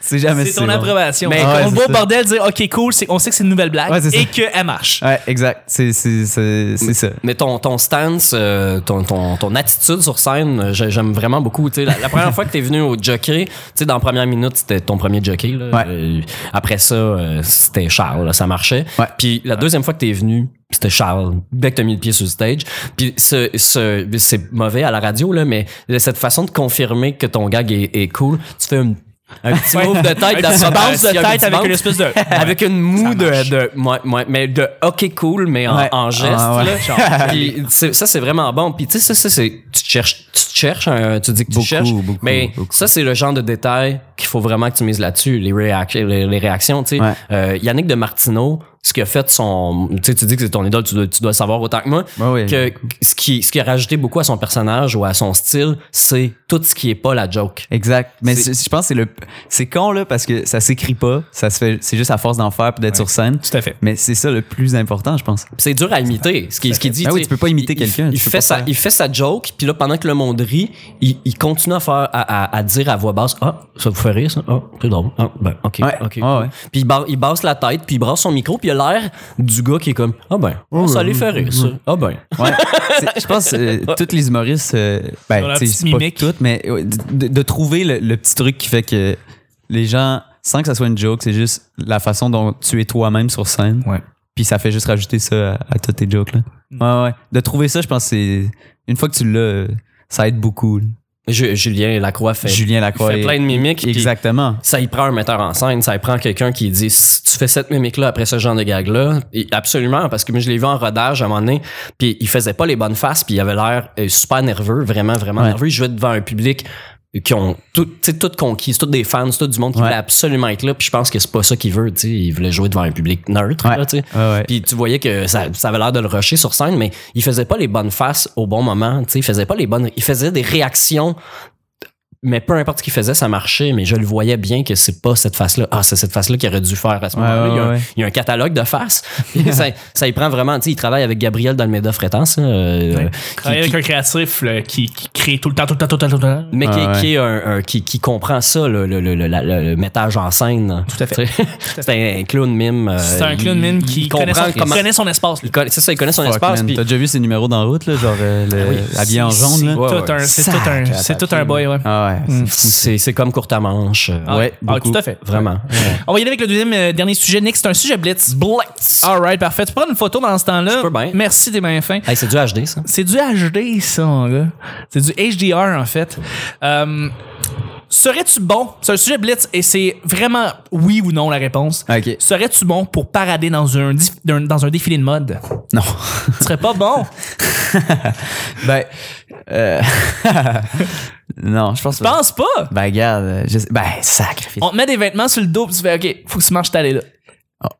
Speaker 1: c'est jamais
Speaker 4: C'est ton
Speaker 1: bon.
Speaker 4: approbation.
Speaker 3: hein.
Speaker 1: Mais
Speaker 4: Mais
Speaker 1: ouais,
Speaker 4: on
Speaker 1: c'est
Speaker 4: voit
Speaker 1: ça.
Speaker 4: au bordel dire OK, cool, c'est- on sait que c'est une nouvelle blague
Speaker 1: Ouais, c'est ça.
Speaker 4: et qu'elle marche.
Speaker 1: Ouais, exact. C'est, c'est, c'est, c'est ça.
Speaker 3: Mais ton, ton stance, euh, ton, ton, ton attitude sur scène, euh, j'ai- j'aime vraiment beaucoup. Tu sais, La, la première fois que t'es venu au jockey, tu sais, dans la première minute, c'était ton premier jockey. là.
Speaker 1: Ouais.
Speaker 3: Euh, après ça, euh, c'était Charles, là, ça marchait.
Speaker 1: Ouais.
Speaker 3: Puis la deuxième fois que t'es venu, c'était Charles, dès que t'as mis le pied sur le stage. Puis ce, ce- c'est mauvais à la radio, là, mais cette façon de confirmer que ton gag est, est cool, tu fais une- un petit move de tête
Speaker 4: Tu bounces
Speaker 3: d'approbation,
Speaker 4: de
Speaker 3: un
Speaker 4: tête
Speaker 3: petit
Speaker 4: avec
Speaker 3: bounce.
Speaker 4: une espèce de.
Speaker 3: Avec une moue
Speaker 4: marche.
Speaker 3: de, de ouais, ouais, mais de OK cool mais en,
Speaker 1: Ouais.
Speaker 3: en geste
Speaker 1: Ah, ouais.
Speaker 3: là. Puis c'est- ça c'est vraiment bon. Puis tu sais ça, ça, c'est tu te cherches tu te cherches un- tu dis que tu
Speaker 1: Beaucoup,
Speaker 3: cherches
Speaker 1: beaucoup,
Speaker 3: mais
Speaker 1: beaucoup.
Speaker 3: ça c'est le genre de détail qu'il faut vraiment que tu mises là-dessus les, réac- les, les réactions tu sais.
Speaker 1: Ouais.
Speaker 3: Euh, Yannick de Martineau ce qu'il a fait son tu sais, tu dis que c'est ton idole tu dois, tu dois le savoir autant que moi
Speaker 1: Ouais, ouais.
Speaker 3: que ce qui ce qui a rajouté beaucoup à son personnage ou à son style c'est tout ce qui est pas la joke.
Speaker 1: Exact. Mais
Speaker 3: C'est-
Speaker 1: c'est- je pense que c'est le c'est con là parce que ça s'écrit pas, ça se fait c'est juste à force d'en faire puis d'être sur scène.
Speaker 4: Tout à fait.
Speaker 1: Mais c'est ça le plus important, je pense.
Speaker 3: c'est dur à imiter ce qui ce qu'il dit
Speaker 1: Ben oui,
Speaker 3: sais,
Speaker 1: tu peux pas imiter
Speaker 3: il-
Speaker 1: quelqu'un,
Speaker 3: il,
Speaker 1: tu peux
Speaker 3: fait
Speaker 1: pas
Speaker 3: sa
Speaker 1: faire.
Speaker 3: il fait sa joke puis là pendant que le monde rit il, il continue à faire à, à- à dire à voix basse ah ça vous fait rire ça ah c'est drôle ah ben ok
Speaker 1: Ouais.
Speaker 3: ok
Speaker 1: Ouais,
Speaker 3: cool.
Speaker 1: ouais.
Speaker 3: puis il, bar- il basse la tête puis il brasse son micro puis il a l'air du gars qui est comme ah ben ah, ça les fait rire ça ah ben
Speaker 1: Ouais. C'est- je pense euh, toutes les humoristes euh,
Speaker 4: Sur
Speaker 1: ben
Speaker 4: leur
Speaker 1: tu sais,
Speaker 4: petite
Speaker 1: c'est pas
Speaker 4: mimique.
Speaker 1: toutes mais ouais, de, de trouver le, le petit truc qui fait que les gens sans que ça soit une joke, c'est juste la façon dont tu es toi-même sur scène.
Speaker 4: Ouais.
Speaker 1: Puis ça fait juste rajouter ça à, à toutes tes jokes là. Ouais ouais. De trouver ça, je pense que c'est une fois que tu l'as euh, ça aide beaucoup. là.
Speaker 3: Ju- Julien Lacroix fait
Speaker 1: Julien Lacroix.
Speaker 3: fait
Speaker 1: est-
Speaker 3: plein de mimiques puis-
Speaker 1: Exactement.
Speaker 3: ça y prend un metteur en scène, ça y prend quelqu'un qui dit si tu fais cette mimique là après ce genre de gag là, absolument parce que moi je l'ai vu en rodage à un moment donné, puis il faisait pas les bonnes faces, puis il avait l'air euh, super nerveux, vraiment vraiment
Speaker 1: Ouais.
Speaker 3: nerveux, il jouait devant un public qui ont tout tu sais, toutes conquises, toutes des fans, tout du monde qui
Speaker 1: Ouais.
Speaker 3: voulait absolument être là, puis je pense que c'est pas ça qu'il veut, tu sais, il voulait jouer devant un public neutre
Speaker 1: Ouais.
Speaker 3: là, tu sais.
Speaker 1: Ouais, ouais.
Speaker 3: Puis tu voyais que ça, ça avait l'air de le rusher sur scène, mais il faisait pas les bonnes faces au bon moment. tu sais, Il faisait pas les bonnes. Il faisait des réactions. Mais peu importe ce qu'il faisait, ça marchait. Mais je le voyais bien que c'est pas cette face-là. Ah, c'est cette face-là qu'il aurait dû faire à ce
Speaker 1: Ouais,
Speaker 3: moment-là.
Speaker 1: ouais,
Speaker 3: il, y a un,
Speaker 1: ouais.
Speaker 3: il y a un catalogue de faces. Puis ça, ça y prend vraiment. tu sais, Il travaille avec Gabriel Dalmeda Frétance. hein, euh, euh,
Speaker 4: Travailler avec un créatif là, qui, qui crée tout le temps, tout le temps, tout le temps, tout le temps.
Speaker 3: mais qui,
Speaker 1: Ouais, ouais.
Speaker 3: qui est un, un- qui, qui comprend ça, le, le, le, le- la- le- le mettage en scène.
Speaker 4: Tout à fait.
Speaker 3: Tu sais, C'est un, un clown mime. euh,
Speaker 4: C'est un
Speaker 3: il-
Speaker 4: clown mime
Speaker 3: il
Speaker 4: qui
Speaker 3: comprend
Speaker 4: connaît son,
Speaker 3: comment-
Speaker 4: connaît son espace.
Speaker 3: il connaît- C'est ça, il connaît son
Speaker 1: Fuck,
Speaker 3: espace.
Speaker 1: man.
Speaker 3: puis-
Speaker 1: T'as déjà vu ses numéros dans la route, là, genre euh, le- habillé en jaune,
Speaker 4: C'est
Speaker 1: là?
Speaker 3: Ouais,
Speaker 4: tout
Speaker 3: ouais.
Speaker 4: un- C'est tout un, c'est tout un boy, ouais.
Speaker 1: Ah ouais.
Speaker 3: Mm. C'est c'est comme courte à manche. euh,
Speaker 4: Ah,
Speaker 1: ouais,
Speaker 4: ah,
Speaker 1: beaucoup.
Speaker 4: tout à fait.
Speaker 3: Vraiment.
Speaker 4: On va y aller avec le deuxième euh, dernier sujet. Nick, c'est un sujet blitz.
Speaker 3: Blitz!
Speaker 4: All right, parfait. Tu prends une photo dans ce temps-là.
Speaker 3: Je peux bien.
Speaker 4: Merci, t'es bien fin.
Speaker 3: Hey, c'est du HD, ça.
Speaker 4: C'est du HD, ça, mon gars. C'est du HDR, en fait. Euh, Serais-tu bon? C'est un sujet blitz et c'est vraiment oui ou non la réponse.
Speaker 1: Ah, Ok.
Speaker 4: Serais-tu bon pour parader dans un, dif- d'un- dans un défilé de mode?
Speaker 1: Non.
Speaker 4: Tu serais pas bon.
Speaker 1: ben. euh, non, je pense
Speaker 4: Je pense pas.
Speaker 1: Ben, regarde, euh, je sais- ben, sacrifice.
Speaker 4: On te met des vêtements sur le dos pis tu fais OK, faut que tu marches t'aller là.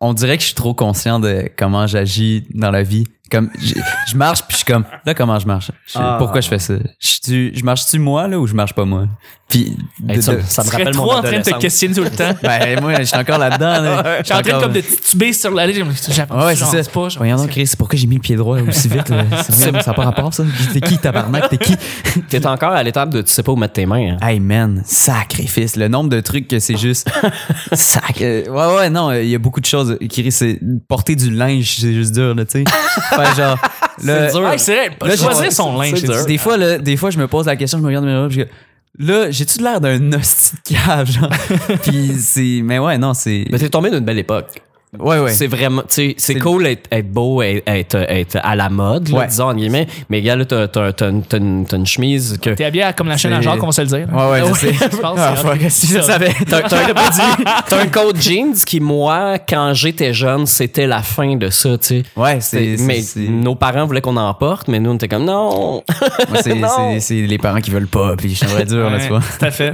Speaker 1: On dirait que je suis trop conscient de comment j'agis dans la vie. Comme, je je marche, puis je suis comme, là, comment je marche? Je-
Speaker 3: Ah.
Speaker 1: Pourquoi je fais ça? Je, tu, je marche-tu moi, là, ou je marche pas moi? Puis,
Speaker 3: Hey,
Speaker 1: de-
Speaker 3: ça,
Speaker 1: de-
Speaker 3: ça me
Speaker 4: Tu serais
Speaker 3: rappelle mon
Speaker 4: trop en train de te
Speaker 3: adolescence.
Speaker 4: questionner tout le temps.
Speaker 1: ben, moi, je suis encore là-dedans, là.
Speaker 4: Je suis en train de,
Speaker 1: Encore-
Speaker 4: comme de tituber sur la ligne.
Speaker 1: Ouais, ouais, c'est ça.
Speaker 4: Pas,
Speaker 1: Voyons donc, Chris, pourquoi j'ai mis le pied droit aussi vite? là? C'est vrai, mais ça n'a pas rapport, ça. T'es qui, tabarnak? T'es qui?
Speaker 3: T'es encore à l'étape de tu sais pas où mettre tes mains. hein.
Speaker 1: Hey, man, sacrifice. Le nombre de trucs que c'est juste... Sac... euh, Ouais, ouais, non, euh, il y a beaucoup de choses. Chris, c'est- porter du linge, c'est juste dur, là, tu sais. Faire genre... là-
Speaker 3: C'est dur.
Speaker 4: Ouais, c'est vrai.
Speaker 1: Là,
Speaker 4: choisir
Speaker 1: j'ai-
Speaker 4: son linge.
Speaker 1: c'est- Des fois, là, des fois, je me pose la question, je me regarde dans le miroir, puis je- Là, j'ai-tu l'air d'un hostie de cave, genre? Puis c'est... Mais ouais, non, c'est...
Speaker 3: Mais t'es tombé d'une belle époque.
Speaker 1: Ouais, ouais.
Speaker 3: C'est vraiment, tu sais, c'est
Speaker 1: C'est-
Speaker 3: cool d'être être beau, être, être, être à la mode, là,
Speaker 1: Ouais.
Speaker 3: disons, en guillemets. Mais gars, là, t'as- t'as t'as une- t'as une t'as une chemise que.
Speaker 4: T'es habillé à- comme la chaîne à
Speaker 1: C'est-
Speaker 4: Jacques, on va se le dire.
Speaker 1: Ouais, ouais, je sais.
Speaker 4: je pense.
Speaker 1: Ah,
Speaker 4: c'est-
Speaker 1: fuck, si je le savais.
Speaker 3: T'as t'as- t'as un coat jeans qui, moi, quand j'étais jeune, c'était la fin de ça, tu sais.
Speaker 1: Ouais,
Speaker 3: C'est-
Speaker 1: c'est...
Speaker 3: Mais
Speaker 1: c'est-
Speaker 3: nos parents voulaient qu'on en porte, mais nous, on était comme non.
Speaker 1: Moi, c'est-
Speaker 3: Non.
Speaker 1: c'est c'est les parents qui veulent pas, puis je serais dur, là, tu vois.
Speaker 4: Tout à fait.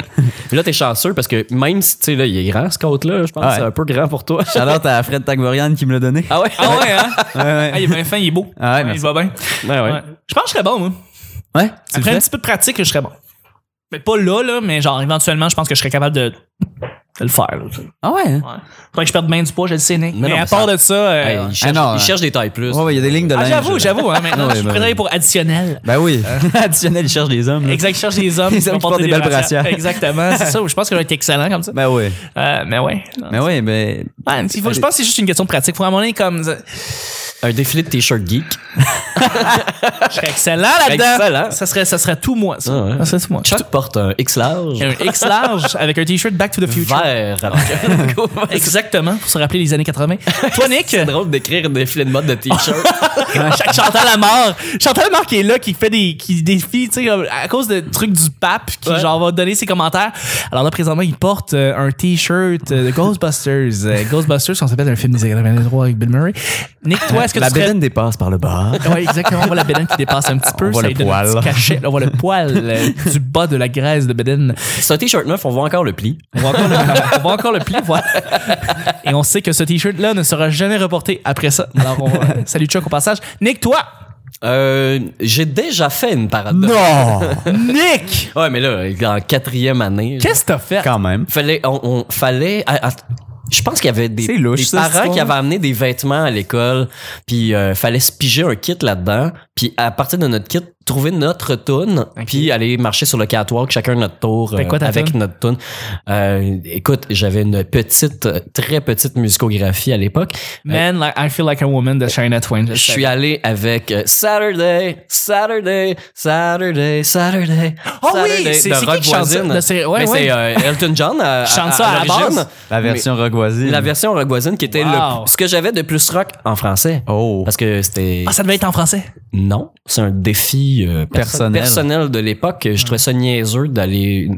Speaker 3: Puis là, t'es chanceux parce que même si, tu sais, là, il est grand ce coat-là, je pense
Speaker 1: Ouais.
Speaker 3: que c'est un peu grand pour toi.
Speaker 1: Shout out à Fred Tagvorian qui me l'a donné.
Speaker 3: Ah ouais?
Speaker 2: Ah ouais, hein?
Speaker 1: Ouais, ouais.
Speaker 2: Ah, il est bien fin, il est beau.
Speaker 1: Ah ouais,
Speaker 2: il
Speaker 1: merci.
Speaker 2: va bien.
Speaker 3: Ouais, ouais.
Speaker 2: Ouais. Je pense que je serais bon, moi. Ah,
Speaker 1: Ouais, tu le
Speaker 2: Après un
Speaker 1: fais?
Speaker 2: petit peu de pratique, je serais bon. Mais pas là, là, mais genre éventuellement, je pense que je serais capable de, de le faire. Là.
Speaker 1: Ah ouais? hein?
Speaker 2: Faudrait que je perde bien du poids, je le sais, Nick.
Speaker 3: Mais
Speaker 2: Mais,
Speaker 3: non,
Speaker 2: à
Speaker 3: mais
Speaker 2: part
Speaker 3: ça-
Speaker 2: de ça. euh,
Speaker 3: Hey, il cherche,
Speaker 1: Ah non,
Speaker 3: il
Speaker 1: hein.
Speaker 3: cherche des tailles plus.
Speaker 1: Ouais, ouais, il y a des lignes de
Speaker 2: ah,
Speaker 1: linge.
Speaker 2: j'avoue, j'avoue, Euh, hein, maintenant,
Speaker 1: Ouais,
Speaker 2: je suis
Speaker 1: ben
Speaker 2: prêt à
Speaker 1: oui.
Speaker 2: aller pour additionnel.
Speaker 1: Ben oui. Additionnel, il cherche des hommes. là.
Speaker 2: Exact, je cherche des hommes
Speaker 1: Des
Speaker 2: qui
Speaker 1: Mm. hommes
Speaker 2: vont
Speaker 1: qui portent
Speaker 2: porter
Speaker 1: des
Speaker 2: des
Speaker 1: belles
Speaker 2: belles brassières.
Speaker 1: brassières.
Speaker 2: Exactement, c'est ça. Je pense que va être excellent comme ça.
Speaker 1: Ben oui.
Speaker 2: Euh, mais ouais. Non.
Speaker 1: Ben oui, ben.
Speaker 2: Ouais, il faut, je pense que c'est juste une question de pratique. Faut à un moment donné, comme. Je
Speaker 3: Un défilé de t-shirt geek.
Speaker 2: serais excellent là-dedans.
Speaker 3: Excellent.
Speaker 2: Ça serait, ça serait tout moi, ça.
Speaker 3: Ah ouais.
Speaker 2: Ça serait tout moi.
Speaker 3: Tu portes un X large.
Speaker 2: Un X large avec un t-shirt Back to the Future.
Speaker 3: Vert.
Speaker 2: Exactement, pour se rappeler les années 80. Toi, Nick,
Speaker 3: C'est drôle d'écrire un défilé de mode de t-shirt.
Speaker 2: Ch- Chantal Lamar. Chantal Lamar qui est là, qui fait des, qui défie, tu sais, comme, à cause de trucs du pape, qui
Speaker 3: Ouais.
Speaker 2: genre va donner ses commentaires. Alors là, présentement, il porte euh, un t-shirt euh, de Ghostbusters. Euh, Ghostbusters, on s'appelle un film des années 93 avec Bill Murray. Nick, toi, est-ce que
Speaker 1: La
Speaker 2: tu serais...
Speaker 1: bédaine dépasse par le bas.
Speaker 2: Ouais, exactement. On voit la bédaine qui dépasse un petit peu.
Speaker 1: On voit
Speaker 2: ça
Speaker 1: le
Speaker 2: lui donne
Speaker 1: poil.
Speaker 2: un petit cachet. On voit le poil euh, du bas de la graisse de bédaine.
Speaker 3: C'est un t-shirt neuf, on voit encore le pli.
Speaker 2: On voit encore le, on voit encore le pli, voilà. Et on sait que ce t-shirt-là ne sera jamais reporté après ça. Alors, on, euh, salut Chuck au passage. Nick, toi!
Speaker 3: Euh, j'ai déjà fait une parade. de-
Speaker 1: Non!
Speaker 2: Nick!
Speaker 3: Ouais, mais là, en quatrième année.
Speaker 2: Qu'est-ce que t'as fait?
Speaker 1: Quand même.
Speaker 3: Fallait, on, on- fallait, à- à- je pense qu'il y avait des,
Speaker 1: C'est louche,
Speaker 3: des
Speaker 1: ça, cette
Speaker 3: parents qui
Speaker 1: histoire-là.
Speaker 3: avaient amené des vêtements à l'école, puis euh, fallait se piger un kit là-dedans, puis à partir de notre kit, trouver notre tune, puis aller marcher sur le catwalk chacun notre tour
Speaker 2: C'était quoi ta
Speaker 3: avec
Speaker 2: tune?
Speaker 3: notre tune. Euh, écoute, j'avais une petite, euh, très petite musicographie à l'époque.
Speaker 2: Man, like, I feel like a woman de China Twain.
Speaker 3: Je suis allé avec euh, Saturday, Saturday, Saturday, Saturday.
Speaker 2: Ah oui,
Speaker 3: Saturday
Speaker 2: c'est-
Speaker 3: de
Speaker 2: c'est qui
Speaker 3: Rock
Speaker 2: qui chante ça?
Speaker 3: Voisine.
Speaker 2: Là, c'est- ouais,
Speaker 3: Mais
Speaker 2: ouais.
Speaker 3: c'est euh, Elton John à,
Speaker 2: Chante
Speaker 3: à-
Speaker 2: ça à la
Speaker 3: l'origine.
Speaker 2: base.
Speaker 1: La version
Speaker 3: Mais
Speaker 1: rogoisine.
Speaker 3: la version rock voisine qui était
Speaker 2: Wow.
Speaker 3: le, ce que j'avais de plus rock en français.
Speaker 1: Oh.
Speaker 3: Parce que c'était.
Speaker 2: Ah, ça devait être en français.
Speaker 3: Non, c'est un défi euh, perso-
Speaker 1: Personnel.
Speaker 3: personnel de l'époque. Je trouvais ça niaiseux d'aller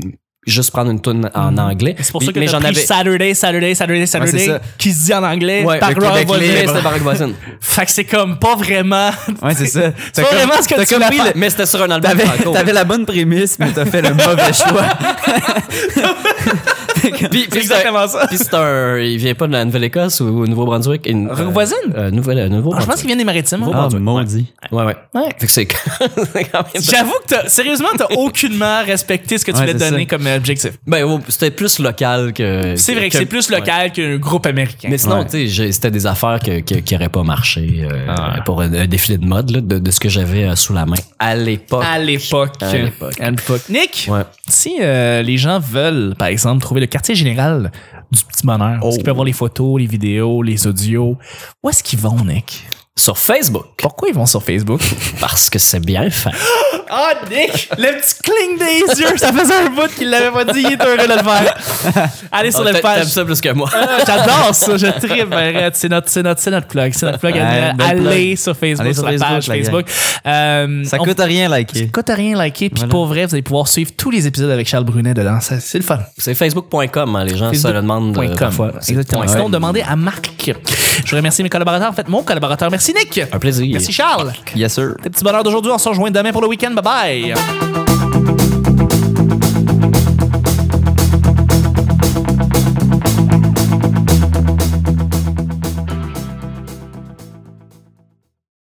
Speaker 3: juste prendre une tune en anglais.
Speaker 2: Mm. C'est pour
Speaker 3: Puis-
Speaker 2: ça que
Speaker 3: mais
Speaker 2: t'as
Speaker 3: j'en
Speaker 2: pris
Speaker 3: avais.
Speaker 2: Saturday, Saturday, Saturday, Saturday,
Speaker 1: ça.
Speaker 2: qui se dit en anglais,
Speaker 3: Ouais,
Speaker 2: par
Speaker 3: le
Speaker 2: Rob
Speaker 3: Québec
Speaker 2: Voisine.
Speaker 3: libre, c'était par rock voisine.
Speaker 2: Fait que c'est comme pas vraiment.
Speaker 1: Ouais, c'est ça.
Speaker 2: C'est pas vraiment ce que
Speaker 1: t'as
Speaker 2: tu
Speaker 1: compris
Speaker 2: l'as
Speaker 1: le-
Speaker 2: fait.
Speaker 3: Mais c'était sur un album
Speaker 1: T'avais,
Speaker 3: franco.
Speaker 1: t'avais la bonne prémisse, mais t'as fait le mauvais choix.
Speaker 3: Puis, puis c'est-
Speaker 2: exactement ça.
Speaker 3: Puis c'est un. Il vient pas de la Nouvelle-Écosse ou au Nouveau-Brunswick. Une,
Speaker 2: Rock Voisine?
Speaker 3: Euh, nouvelle, euh, nouveau
Speaker 2: Ah, je pense qu'il vient des maritimes. hein.
Speaker 1: Ah, maudit.
Speaker 3: Ouais, ouais.
Speaker 2: Ouais.
Speaker 3: Fait que c'est c'est quand même.
Speaker 2: J'avoue que t'as, sérieusement, t'as aucunement respecté ce que tu
Speaker 1: Ouais,
Speaker 2: voulais
Speaker 1: c'est
Speaker 2: donner
Speaker 1: ça.
Speaker 2: comme objectif.
Speaker 3: Ben, ouais, c'était plus local que.
Speaker 2: C'est vrai que, c'est plus
Speaker 3: ouais.
Speaker 2: local qu'un groupe américain.
Speaker 3: Mais sinon,
Speaker 1: Ouais.
Speaker 3: tu sais, j'ai- c'était des affaires que, que- qui n'auraient pas marché euh,
Speaker 2: Ah.
Speaker 3: pour un, un défilé de mode, là, de, de ce que j'avais euh, sous la main à l'époque.
Speaker 2: à l'époque.
Speaker 3: À l'époque.
Speaker 2: À l'époque. Nick,
Speaker 3: Ouais.
Speaker 2: si euh, les gens veulent, par exemple, trouver le quartier général du Petit Bonheur, parce qu'ils peuvent voir les photos, les vidéos, les audios, où est-ce qu'ils vont, Nick?
Speaker 3: Sur Facebook,
Speaker 2: Pourquoi ils vont sur Facebook?
Speaker 3: parce que c'est bien fait.
Speaker 2: Ah, Nick! Le petit cligne des yeux, ça faisait un bout qu'il l'avait pas dit, il est heureux de le faire. Allez sur
Speaker 3: Ah,
Speaker 2: la
Speaker 3: t'a-
Speaker 2: page.
Speaker 3: T'aimes ça plus que moi.
Speaker 2: Ah, J'adore ça, je tripe. arrête. C'est notre, c'est notre, c'est notre plug. C'est notre plug.
Speaker 1: Ouais,
Speaker 2: Allez,
Speaker 1: belle plug.
Speaker 2: sur Facebook,
Speaker 1: Allez
Speaker 2: sur,
Speaker 1: sur
Speaker 2: la
Speaker 1: Facebook,
Speaker 2: page
Speaker 1: la gang.
Speaker 2: Facebook. Euh,
Speaker 1: Ça
Speaker 2: on-
Speaker 1: coûte rien
Speaker 2: Ça
Speaker 1: liker.
Speaker 2: coûte à rien liker. Puis
Speaker 1: Voilà.
Speaker 2: pour vrai, vous allez pouvoir suivre tous les épisodes avec Charles Brunet dedans. Ça, C'est le fun.
Speaker 3: C'est facebook.com, hein, les gens se le demandent euh,
Speaker 2: Facebook.com.
Speaker 3: parfois. C'est
Speaker 2: Exactement.
Speaker 3: point
Speaker 2: Sinon,
Speaker 3: com.
Speaker 2: demandez à Marc. Je remercie mes collaborateurs. En fait, mon collaborateur. Merci Nick.
Speaker 3: Un plaisir.
Speaker 2: Merci Charles.
Speaker 1: Yes, sir.
Speaker 2: Le petit bonheur d'aujourd'hui. On se rejoint demain pour le week-end. Bye bye.